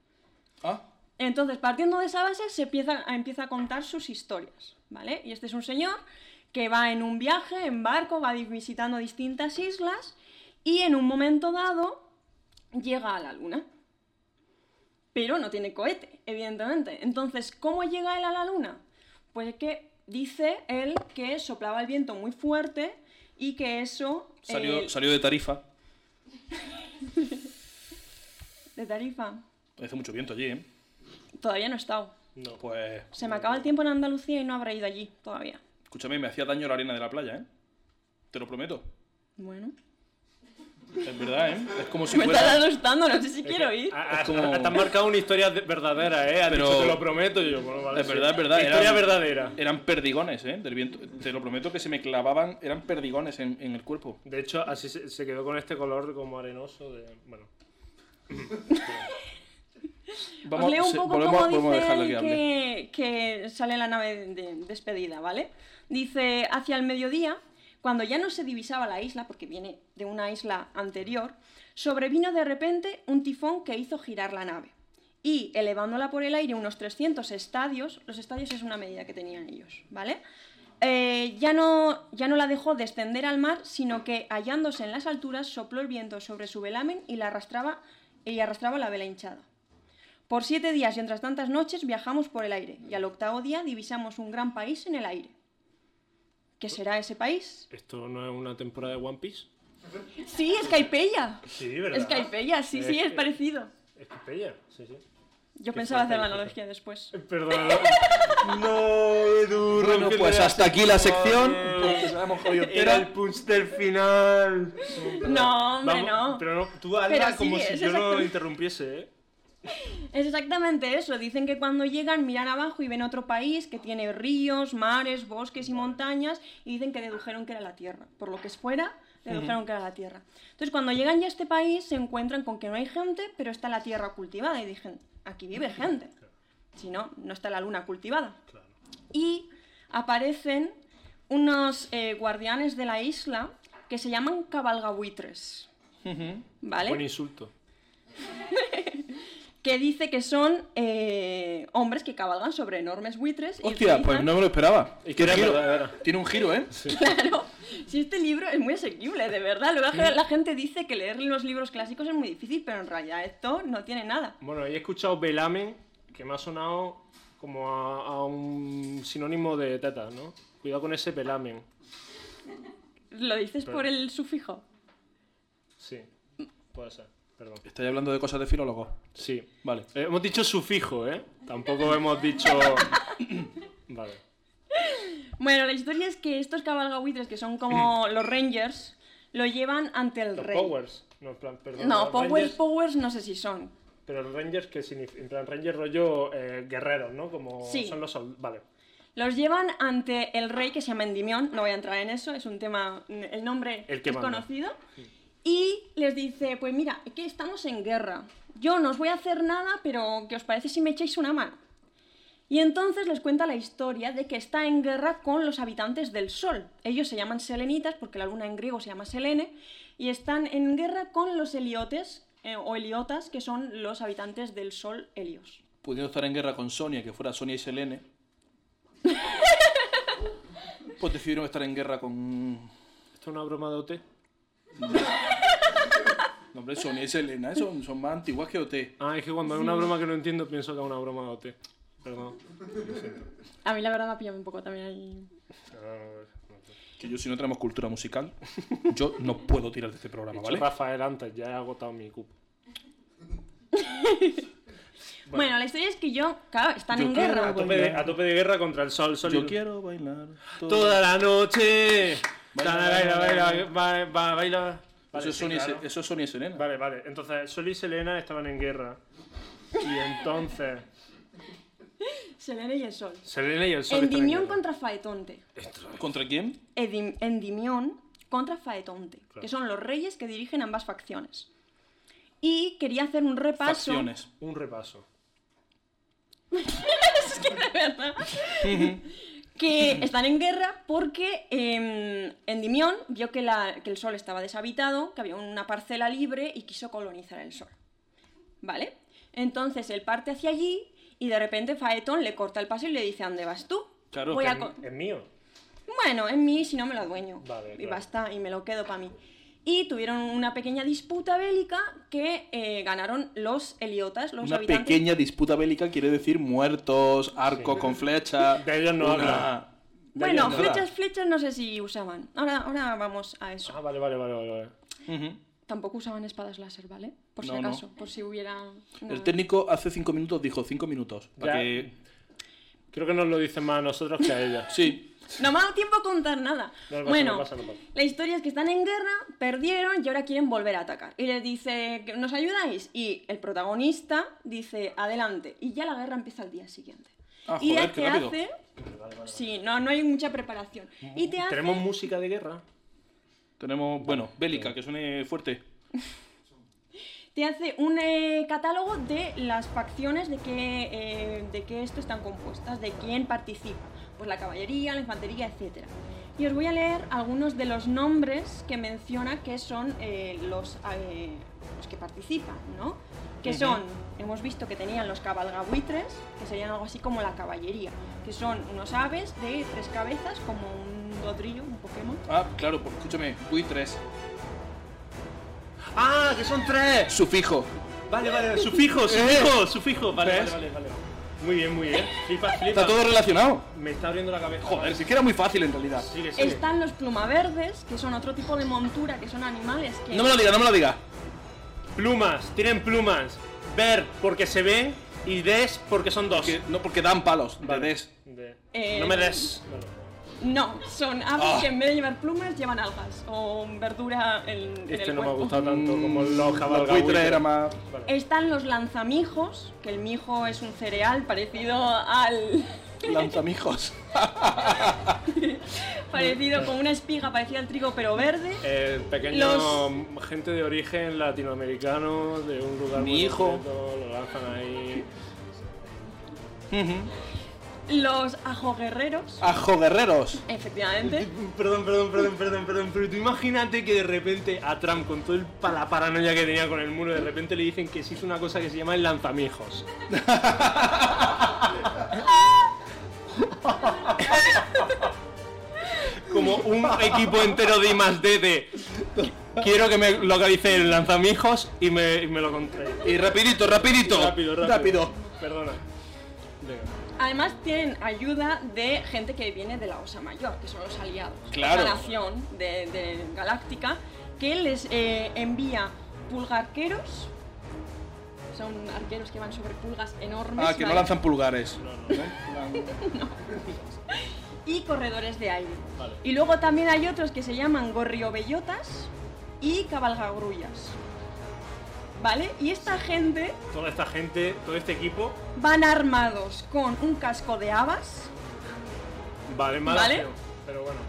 Speaker 1: Ah,
Speaker 4: Entonces, partiendo de esa base, se empieza, a- empieza a contar sus historias, ¿vale? Y este es un señor que va en un viaje, en barco, va di- visitando distintas islas y en un momento dado llega a la luna. Pero no tiene cohete, evidentemente. Entonces, ¿cómo llega él a la luna? Pues es que dice él que soplaba el viento muy fuerte y que eso...
Speaker 1: salió,
Speaker 4: eh,
Speaker 1: salió de Tarifa.
Speaker 4: de Tarifa.
Speaker 1: Hace mucho viento allí, ¿eh?
Speaker 4: Todavía no he estado.
Speaker 2: No.
Speaker 1: Pues,
Speaker 4: Se me acaba el tiempo en Andalucía y no habrá ido allí todavía.
Speaker 1: escúchame, me hacía daño la arena de la playa, ¿eh? Te lo prometo.
Speaker 4: Bueno.
Speaker 1: Es verdad, ¿eh? Es como si
Speaker 4: Me estás
Speaker 1: fuera...
Speaker 4: asustando, no sé si quiero ir.
Speaker 2: Ah, ah,
Speaker 1: como-
Speaker 2: ah, Te has marcado una historia de- verdadera, ¿eh? Has
Speaker 1: Pero-
Speaker 2: dicho, te lo prometo. Y yo, bueno, vale,
Speaker 1: Es
Speaker 2: sí.
Speaker 1: verdad, es verdad.
Speaker 2: Historia
Speaker 1: eran-
Speaker 2: verdadera.
Speaker 1: Eran perdigones, ¿eh? Del viento. Te lo prometo que se me clavaban... Eran perdigones en, en el cuerpo.
Speaker 2: De hecho, así se, se quedó con este color como arenoso de... Bueno,
Speaker 4: Os leo un
Speaker 1: se-
Speaker 4: poco
Speaker 1: volvemos,
Speaker 4: cómo
Speaker 1: volvemos a
Speaker 4: dice
Speaker 1: dejarla que
Speaker 4: él
Speaker 1: hable.
Speaker 4: que, que sale la nave de, de- despedida, ¿vale? Dice, hacia el mediodía, cuando ya no se divisaba la isla, porque viene de una isla anterior, sobrevino de repente un tifón que hizo girar la nave. Y elevándola por el aire unos 300 estadios, los estadios es una medida que tenían ellos, ¿vale? Eh, ya, no, ya no la dejó descender al mar, sino que hallándose en las alturas sopló el viento sobre su velamen y la arrastraba, y arrastraba la vela hinchada. Por siete días y otras tantas noches viajamos por el aire, y al octavo día divisamos un gran país en el aire. ¿Qué será ese país?
Speaker 2: ¿esto no es una temporada de One Piece?
Speaker 4: Sí, es Caipeya.
Speaker 2: Sí,
Speaker 4: Es Caipeya, sí, sí, es parecido.
Speaker 2: Es Pompeya, sí, sí.
Speaker 4: Yo
Speaker 2: Qué
Speaker 4: pensaba hacer la
Speaker 2: Eh, fuerte,
Speaker 4: analogía después.
Speaker 2: Eh, Perdón. no, Edu.
Speaker 1: Bueno, pues hasta aquí la sección. Porque se la hemos jodido
Speaker 2: Era el
Speaker 1: entera.
Speaker 2: punch del final.
Speaker 4: No, hombre,
Speaker 2: Vamos,
Speaker 4: no.
Speaker 2: Pero no, tú hazla
Speaker 4: Pero
Speaker 2: como
Speaker 4: sí,
Speaker 2: si
Speaker 4: es
Speaker 2: yo no
Speaker 4: exactamente-
Speaker 2: interrumpiese, ¿eh?
Speaker 4: Es exactamente eso. Dicen que cuando llegan miran abajo y ven otro país que tiene ríos, mares, bosques y montañas y dicen que dedujeron que era la Tierra. Por lo que es fuera, dedujeron que era la Tierra. Entonces cuando llegan ya a este país se encuentran con que no hay gente, pero está la Tierra cultivada y dicen, aquí vive gente. Si no, no está la Luna cultivada. Y aparecen unos eh, guardianes de la isla que se llaman cabalgabuitres. ¿Vale?
Speaker 2: Buen insulto.
Speaker 4: que dice que son eh, hombres que cabalgan sobre enormes buitres. y
Speaker 1: Hostia,
Speaker 4: utilizan-
Speaker 1: pues no me lo esperaba.
Speaker 2: Y que era
Speaker 1: Tiene un giro-
Speaker 2: verdadera.
Speaker 1: Tiene un giro, ¿eh?
Speaker 4: Claro, si este libro es muy asequible, de verdad. Luego la- la gente dice que leer los libros clásicos es muy difícil, pero en realidad esto no tiene nada.
Speaker 2: Bueno, he escuchado Velamen, que me ha sonado como a, a un sinónimo de teta, ¿no? Cuidado con ese pelamen.
Speaker 4: ¿Lo dices
Speaker 2: Pero-
Speaker 4: por el sufijo?
Speaker 2: Sí, puede ser, perdón.
Speaker 1: Estoy hablando de cosas de filólogos.
Speaker 2: Sí,
Speaker 1: Vale.
Speaker 2: Eh, hemos dicho sufijo, ¿eh? Tampoco hemos dicho... Vale.
Speaker 4: Bueno, la historia es que estos cabalgabuitres, que son como los rangers, lo llevan ante el
Speaker 2: Los
Speaker 4: rey.
Speaker 2: powers. No, en plan, perdón,
Speaker 4: No,
Speaker 2: los
Speaker 4: powers,
Speaker 2: rangers,
Speaker 4: powers no sé si son.
Speaker 2: Pero los rangers, que significa? En plan, rangers rollo eh, guerreros, ¿no? Como
Speaker 4: Sí.
Speaker 2: son los... sol- Vale.
Speaker 4: Los llevan ante el rey que se llama Endimión, no voy a entrar en eso, es un tema, el nombre
Speaker 2: El que
Speaker 4: es
Speaker 2: manda.
Speaker 4: conocido. Y les dice, pues mira, es que estamos en guerra. Yo no os voy a hacer nada, pero ¿qué os parece si me echáis una mano? Y entonces les cuenta la historia de que está en guerra con los habitantes del Sol. Ellos se llaman selenitas, porque la luna en griego se llama selene, y están en guerra con los heliotes, eh, o heliotas, que son los habitantes del Sol Helios.
Speaker 1: Pudiendo estar en guerra con Sonia, que fuera Sonia y Selene. pues decidieron estar en guerra con.
Speaker 2: ¿Esto es una broma de OT?
Speaker 1: No, hombre, Sonia y Selena, eh, son, son más antiguas que OT.
Speaker 2: Ah, es que cuando hay una broma que no entiendo pienso que es una broma de OT. Perdón.
Speaker 4: A mí la verdad me ha pillado un poco también ahí.
Speaker 2: Ah, no sé.
Speaker 1: Que yo, si no tenemos cultura musical, yo no puedo tirar de este
Speaker 2: He
Speaker 1: programa,
Speaker 2: dicho
Speaker 1: ¿vale?
Speaker 2: Rafael antes, ya he agotado mi cupo.
Speaker 4: Bueno, la historia es que yo, claro, están
Speaker 1: Yo
Speaker 4: en
Speaker 1: quiero
Speaker 4: guerra.
Speaker 2: A tope, de, a tope de guerra contra el sol. sol y
Speaker 1: Yo
Speaker 2: luz.
Speaker 1: quiero bailar. todo-
Speaker 2: Toda la noche.
Speaker 1: Baila,
Speaker 2: Baila, baila,
Speaker 1: baila,
Speaker 2: baila, baila, baila, baila.
Speaker 1: eso,
Speaker 2: Vale,
Speaker 1: es
Speaker 2: sí,
Speaker 1: Sonia y Se-
Speaker 2: claro.
Speaker 1: eso es Sonia y Selena.
Speaker 2: Vale, vale. Entonces, Sol y Selena estaban en guerra. Y entonces,
Speaker 4: Selene y el sol.
Speaker 2: Selena y el Sol estaban en
Speaker 4: Endimión
Speaker 2: guerra.
Speaker 4: contra Faetonte. Eh,
Speaker 1: ¿Contra quién?
Speaker 4: Edim- Endimión contra Faetonte,
Speaker 2: Claro.
Speaker 4: que son los reyes que dirigen ambas facciones. Y quería hacer un repaso.
Speaker 1: Facciones.
Speaker 2: Un repaso.
Speaker 4: Es que de verdad. que están en guerra porque em, Endimión vio que, la- que el sol estaba deshabitado, que había una parcela libre y quiso colonizar el sol. ¿Vale? Entonces él parte hacia allí y de repente Faetón le corta el paso y le dice: ¿A dónde vas tú?
Speaker 1: Claro,
Speaker 4: Voy
Speaker 1: que
Speaker 4: a
Speaker 1: en-
Speaker 4: co-
Speaker 2: Es mío.
Speaker 4: Bueno, en mí si no me lo adueño.
Speaker 2: Vale,
Speaker 4: Y
Speaker 2: claro.
Speaker 4: basta, y me lo quedo para mí. Y tuvieron una pequeña disputa bélica que eh, ganaron los heliotas, los
Speaker 1: Una
Speaker 4: habitantes.
Speaker 1: pequeña disputa bélica quiere decir muertos, arcos con flechas.
Speaker 2: De ellos no
Speaker 1: una-
Speaker 2: habla.
Speaker 1: De ellos
Speaker 4: Bueno,
Speaker 1: no habla.
Speaker 4: flechas, flechas no sé si usaban. Ahora, ahora vamos a eso.
Speaker 2: Ah, vale, vale, vale, vale. vale.
Speaker 1: Ujú.
Speaker 4: Tampoco usaban espadas láser, ¿vale? Por si
Speaker 1: No, no.
Speaker 4: acaso, por si hubiera...
Speaker 1: El
Speaker 4: nada.
Speaker 1: técnico hace cinco minutos dijo cinco minutos. Para
Speaker 2: Ya.
Speaker 1: que...
Speaker 2: Creo que nos lo dicen más a nosotros que a ellos.
Speaker 1: Sí,
Speaker 4: No me ha dado tiempo a contar nada.
Speaker 2: No, no pasa,
Speaker 4: bueno,
Speaker 2: no pasa, no pasa.
Speaker 4: la historia es que están en guerra, perdieron y ahora quieren volver a atacar. Y les dice, ¿nos ayudáis? Y el protagonista dice, adelante. Y ya la guerra empieza al día siguiente.
Speaker 1: Ah,
Speaker 4: y
Speaker 1: joder,
Speaker 4: ya
Speaker 1: qué
Speaker 4: te
Speaker 1: rápido.
Speaker 4: hace... Sí, no, no hay mucha preparación. Y te hace...
Speaker 2: ¿Tenemos música de guerra?
Speaker 1: tenemos, bueno, bélica, que suene fuerte.
Speaker 4: te hace un eh, catálogo de las facciones de que, eh, de que esto están compuestas, de quién participa, pues la caballería, la infantería, etc. Y os voy a leer algunos de los nombres que menciona que son eh, los, eh, los que participan, ¿no? Que son, hemos visto que tenían los cabalgabuitres, que serían algo así como la caballería, que son unos aves de tres cabezas, como un godrillo, un Pokémon.
Speaker 1: Ah, claro, pues escúchame, buitres.
Speaker 2: ¡Ah, que son tres!
Speaker 1: Eh, Sufijo.
Speaker 2: Vale, vale, sufijo, sufijo, sufijo. Vale,
Speaker 1: ¿Ves?
Speaker 2: vale, vale, vale. Eh. Muy bien, muy bien. Flipa, flipa.
Speaker 1: Está todo relacionado.
Speaker 2: Me está abriendo la cabeza.
Speaker 1: Joder, si es que era muy fácil en realidad.
Speaker 2: Sigue, sigue.
Speaker 4: Están los plumaverdes, que son otro tipo de montura, que son animales que...
Speaker 1: No me lo digas, no me lo digas.
Speaker 2: Plumas, tienen plumas. Ver porque se ven y des porque son dos.
Speaker 1: Porque, no, porque dan palos. de des.
Speaker 2: De-
Speaker 4: Eh,
Speaker 2: No me des.
Speaker 4: No, son aves
Speaker 1: Ah.
Speaker 4: que en vez de llevar plumas llevan algas o verdura en, en
Speaker 2: Este
Speaker 4: el
Speaker 2: no me ha
Speaker 4: cuerpo.
Speaker 2: gustado tanto como los
Speaker 1: Mm, Los
Speaker 2: cabalgabuitres.
Speaker 1: buitres era más.
Speaker 4: Están los lanzamijos, que el mijo es un cereal parecido al...
Speaker 1: Lanzamijos.
Speaker 4: parecido con una espiga parecida al trigo pero verde.
Speaker 2: El pequeño
Speaker 4: Los-
Speaker 2: gente de origen latinoamericano de un lugar
Speaker 1: Mi
Speaker 2: muy
Speaker 1: hijo.
Speaker 2: concreto, lo lanzan ahí.
Speaker 4: Los ajoguerreros,
Speaker 1: Ajo guerreros.
Speaker 4: efectivamente.
Speaker 2: Perdón, perdón, perdón, perdón, perdón, pero tú imagínate que de repente a Trump, con toda la paranoia que tenía con el muro, de repente le dicen que se hizo una cosa que se llama el lanzamijos. Como un equipo entero de I más D de quiero que me localice el lanzamijos y me, y me lo conté.
Speaker 1: Y rapidito, rapidito.
Speaker 2: Rápido, rápido. Perdona.
Speaker 5: Venga.
Speaker 4: Además tienen ayuda de gente que viene de la Osa Mayor, que son los aliados,
Speaker 5: Claro.
Speaker 4: la nación de, de Galáctica, que les eh, envía pulgarqueros, son arqueros que van sobre pulgas enormes
Speaker 1: Ah, que no
Speaker 4: ¿vale?
Speaker 1: lanzan pulgares.
Speaker 4: y corredores de aire.
Speaker 5: Vale.
Speaker 4: Y luego también hay otros que se llaman gorriobellotas y cabalgagrullas. ¿Vale? Y esta gente
Speaker 2: Toda esta gente, todo este equipo,
Speaker 4: van armados con un casco de habas
Speaker 2: vale, mal
Speaker 4: Vale.
Speaker 2: aseo, Pero bueno,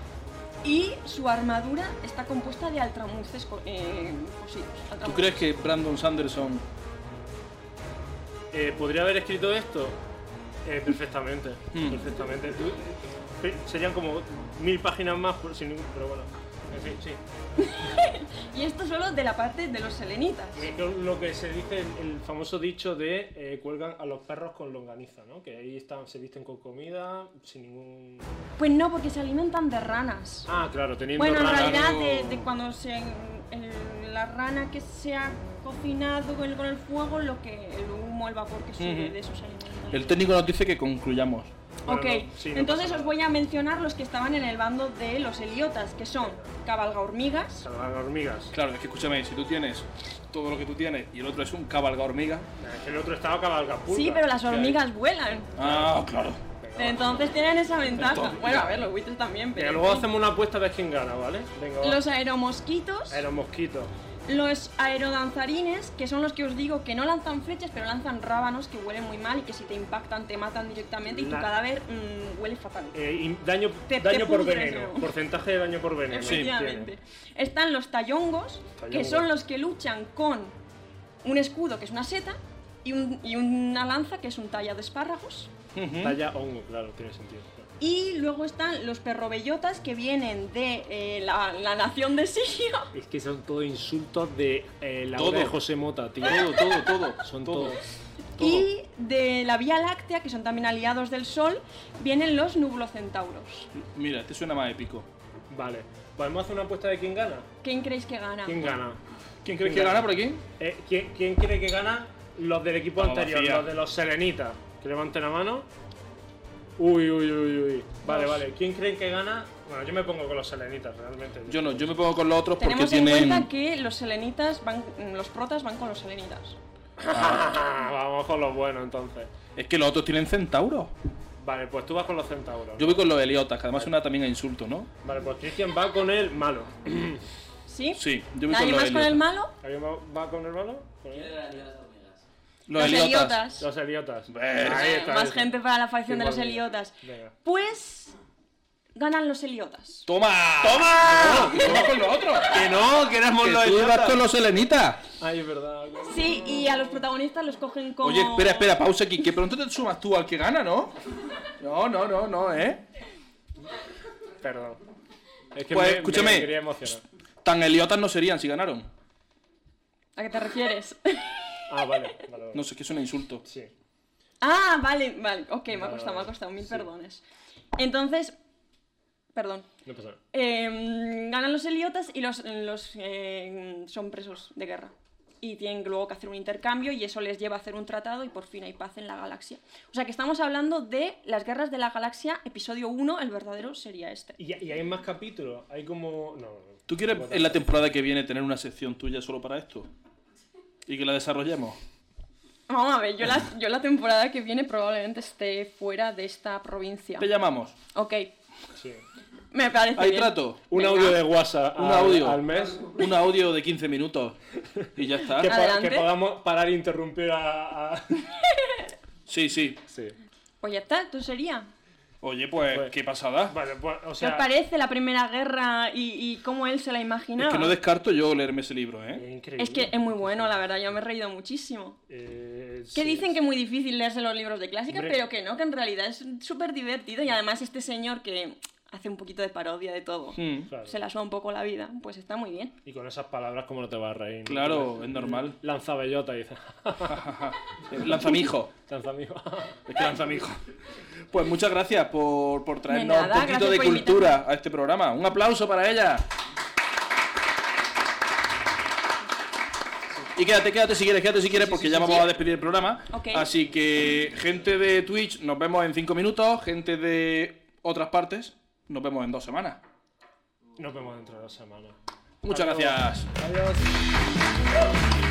Speaker 4: y su armadura está compuesta de altramuces co- eh, cosidos.
Speaker 1: ¿Tú
Speaker 4: altramuces.
Speaker 1: crees que Brandon Sanderson
Speaker 2: eh, podría haber escrito esto eh, perfectamente.
Speaker 1: Hmm.
Speaker 2: Perfectamente. Tú- pe- Serían como mil páginas más, por- sin ningún- pero bueno. En fin, sí.
Speaker 4: Y esto solo de la parte de los selenitas.
Speaker 2: Es que Lo que se dice, el, el famoso dicho de eh, cuelgan a los perros con longaniza, ¿no? Que ahí están, se visten con comida, sin ningún.
Speaker 4: Pues no, porque se alimentan de ranas.
Speaker 2: Ah, claro, teniendo
Speaker 4: Bueno, en
Speaker 2: ranas,
Speaker 4: realidad,
Speaker 2: ¿no?
Speaker 4: de, de cuando se, el- la rana que se ha cocinado con el, con el fuego, lo que el humo, el vapor que sube
Speaker 1: Ujú.
Speaker 4: de esos alimentos.
Speaker 1: El técnico nos dice que concluyamos.
Speaker 4: Ok,
Speaker 2: Bueno, no, sí, no
Speaker 4: entonces
Speaker 2: pasa
Speaker 4: os
Speaker 2: nada.
Speaker 4: voy a mencionar los que estaban en el bando de los heliotas, que son cabalga hormigas,
Speaker 2: Salvar a hormigas.
Speaker 1: Claro, es que escúchame, si tú tienes todo lo que tú tienes y el otro es un cabalga hormiga.
Speaker 2: Es que Eh, El otro estaba cabalgapulga.
Speaker 4: sí, pero las
Speaker 2: eh.
Speaker 4: hormigas vuelan.
Speaker 1: Ah, claro.
Speaker 4: Entonces tienen esa ventaja.
Speaker 1: Entonces,
Speaker 4: Bueno, a ver, los buitres también,
Speaker 2: Venga,
Speaker 4: pero.
Speaker 2: luego
Speaker 4: en fin.
Speaker 2: hacemos una apuesta a ver quién gana, ¿vale? Venga, va.
Speaker 4: Los aeromosquitos,
Speaker 2: Aeromosquitos.
Speaker 4: los aerodanzarines, que son los que os digo que no lanzan flechas, pero lanzan rábanos que huelen muy mal y que si te impactan te matan directamente y tu
Speaker 2: La-
Speaker 4: cadáver mm, huele fatal.
Speaker 2: Eh, y daño
Speaker 4: Te-
Speaker 2: daño
Speaker 4: te
Speaker 2: por
Speaker 4: pudres,
Speaker 2: veneno.
Speaker 4: ¿no?
Speaker 2: Porcentaje de daño por veneno.
Speaker 4: Efectivamente. Están los tallongos, que
Speaker 2: Eh, Tallongos.
Speaker 4: son los que luchan con un escudo, que es una seta, y, un- y una lanza, que es un talla de espárragos.
Speaker 2: Tiene. Talla hongo, claro, tiene sentido.
Speaker 4: Y luego están los perrobellotas, que vienen de eh, la, la nación de Sirio.
Speaker 2: Es que son todos insultos de eh, la
Speaker 1: Todo. obra de
Speaker 2: José Mota, tío.
Speaker 1: Todo, todo, todo.
Speaker 2: Son
Speaker 1: todo.
Speaker 2: todos.
Speaker 4: Y de la Vía Láctea, que son también aliados del Sol, vienen los nublocentauros.
Speaker 1: Mira, este suena más épico.
Speaker 2: Vale. ¿Podemos hacer una apuesta de quién gana?
Speaker 4: ¿Quién creéis que gana?
Speaker 2: ¿Quién gana?
Speaker 1: ¿Quién crees que gana por aquí?
Speaker 2: Eh, ¿quién, quién cree que gana? Los del equipo
Speaker 1: Vamos,
Speaker 2: anterior,
Speaker 1: vacía.
Speaker 2: los de los Selenitas. Que levanten la mano. Uy, uy, uy, uy. Vale, vale. ¿Quién creen que gana? Bueno, yo me pongo con los Selenitas, realmente.
Speaker 1: Yo no, yo me pongo con los otros porque
Speaker 4: Tenemos en
Speaker 1: tienen.
Speaker 4: cuenta que los selenitas van, los protas van con los selenitas.
Speaker 2: Ah, Vamos con los buenos, entonces.
Speaker 1: Es que los otros tienen centauros.
Speaker 2: Vale, pues tú vas con los centauros.
Speaker 1: Yo voy con los heliotas, que además suena también a insulto, ¿no?
Speaker 2: Vale, pues Cristian va con el malo.
Speaker 4: ¿Sí?
Speaker 1: Sí, yo voy
Speaker 4: ¿Nadie
Speaker 1: con los
Speaker 4: más con el
Speaker 1: heliotas.
Speaker 4: malo?
Speaker 2: ¿Alguien va- va con el malo? Con el-
Speaker 1: Los heliotas.
Speaker 2: Los idiotas.
Speaker 1: Ves.
Speaker 2: Ahí está.
Speaker 4: Eh, Más gente para la facción de los
Speaker 2: Igual.
Speaker 4: heliotas.
Speaker 2: Venga.
Speaker 4: Pues ganan los heliotas.
Speaker 1: ¡Toma! ¡Toma! ¡Yo voy con los otros!
Speaker 6: Que no, que éramos
Speaker 1: ¡Que
Speaker 6: los
Speaker 1: tú vas
Speaker 6: idiotas.
Speaker 1: con los helenitas!
Speaker 2: Ay, es verdad.
Speaker 4: Sí, y a los protagonistas los cogen como...
Speaker 1: Oye, espera, espera, pausa aquí, que pronto te sumas tú al que gana, ¿no? No, no, no, no, ¿eh?
Speaker 2: Perdón. Es que
Speaker 1: Pues,
Speaker 2: me- me
Speaker 1: escúchame.
Speaker 2: quería emocionar.
Speaker 1: Tan heliotas no serían si ganaron.
Speaker 4: ¿A qué te refieres?
Speaker 2: Ah, vale, vale, vale.
Speaker 1: No sé, es que es un insulto.
Speaker 2: Sí.
Speaker 4: ah, vale, vale. Ok, me ha costado, me ha
Speaker 2: vale.
Speaker 4: costado. Mil
Speaker 2: Sí.
Speaker 4: perdones. Entonces... Perdón.
Speaker 2: No pasa nada.
Speaker 4: Eh, ganan los heliotas y los, los eh, son presos de guerra. Y tienen luego que hacer un intercambio y eso les lleva a hacer un tratado y por fin hay paz en la galaxia. O sea que estamos hablando de las guerras de la galaxia, episodio 1, el verdadero sería este.
Speaker 2: ¿Y, y hay más capítulos? Hay como. No, no, no.
Speaker 1: ¿Tú quieres en la temporada que viene tener una sección tuya solo para esto? ¿Y que la desarrollemos?
Speaker 4: Vamos a ver, yo la, yo la temporada que viene probablemente esté fuera de esta provincia.
Speaker 1: Te llamamos.
Speaker 4: Ok,
Speaker 2: Sí.
Speaker 4: me parece
Speaker 1: ¿Hay
Speaker 4: bien.
Speaker 1: trato?
Speaker 2: Un
Speaker 4: Venga.
Speaker 2: audio de WhatsApp
Speaker 1: Un
Speaker 2: al,
Speaker 1: audio.
Speaker 2: al mes.
Speaker 1: Un audio de 15 minutos. Y ya está.
Speaker 2: Que, po-
Speaker 4: Adelante.
Speaker 2: que podamos parar e interrumpir a. a-
Speaker 1: Sí, sí.
Speaker 2: Sí.
Speaker 4: Pues ya está, esto sería.
Speaker 1: Oye, pues,
Speaker 2: Pues-
Speaker 1: qué pasada.
Speaker 2: Vale, pues, o
Speaker 4: ¿Qué os
Speaker 2: sea.
Speaker 4: parece la primera guerra y, y cómo él se la imaginaba?
Speaker 1: Es Pues que no descarto yo leerme ese libro,
Speaker 2: es
Speaker 1: ¿eh?
Speaker 2: increíble.
Speaker 4: Es que em- es muy bueno, la verdad, yo me he reído muchísimo.
Speaker 2: Eh,
Speaker 4: Que
Speaker 2: sí.
Speaker 4: dicen que es muy difícil leerse los libros de clásica,
Speaker 2: Hombre.
Speaker 4: pero que no, que en realidad es súper divertido. Y además este señor que hace un poquito de parodia de todo,
Speaker 1: Hmm.
Speaker 2: Claro.
Speaker 4: se la suda un poco la vida, pues está muy bien.
Speaker 2: Y con esas palabras, ¿cómo no te vas a reír? no?
Speaker 1: Claro, es normal.
Speaker 2: Lanza bellota, dice.
Speaker 1: Lanzamijo.
Speaker 2: Lanza amigo.
Speaker 1: Es que lanzamijo. Pues muchas gracias por, por traernos
Speaker 4: nada,
Speaker 1: un poquito
Speaker 4: gracias
Speaker 1: de
Speaker 4: por
Speaker 1: cultura a este programa. Un aplauso para ella. Y quédate, quédate si quieres, quédate si quieres,
Speaker 4: sí,
Speaker 1: porque
Speaker 4: sí,
Speaker 1: ya
Speaker 4: sí,
Speaker 1: vamos
Speaker 4: sí.
Speaker 1: a despedir el programa.
Speaker 4: Ok.
Speaker 1: Así que, gente de Twitch, nos vemos en 5 minutos. Gente de otras partes, nos vemos en dos semanas.
Speaker 7: Nos vemos dentro de dos semanas.
Speaker 1: Muchas
Speaker 7: Hasta luego.
Speaker 1: gracias.
Speaker 7: Adiós.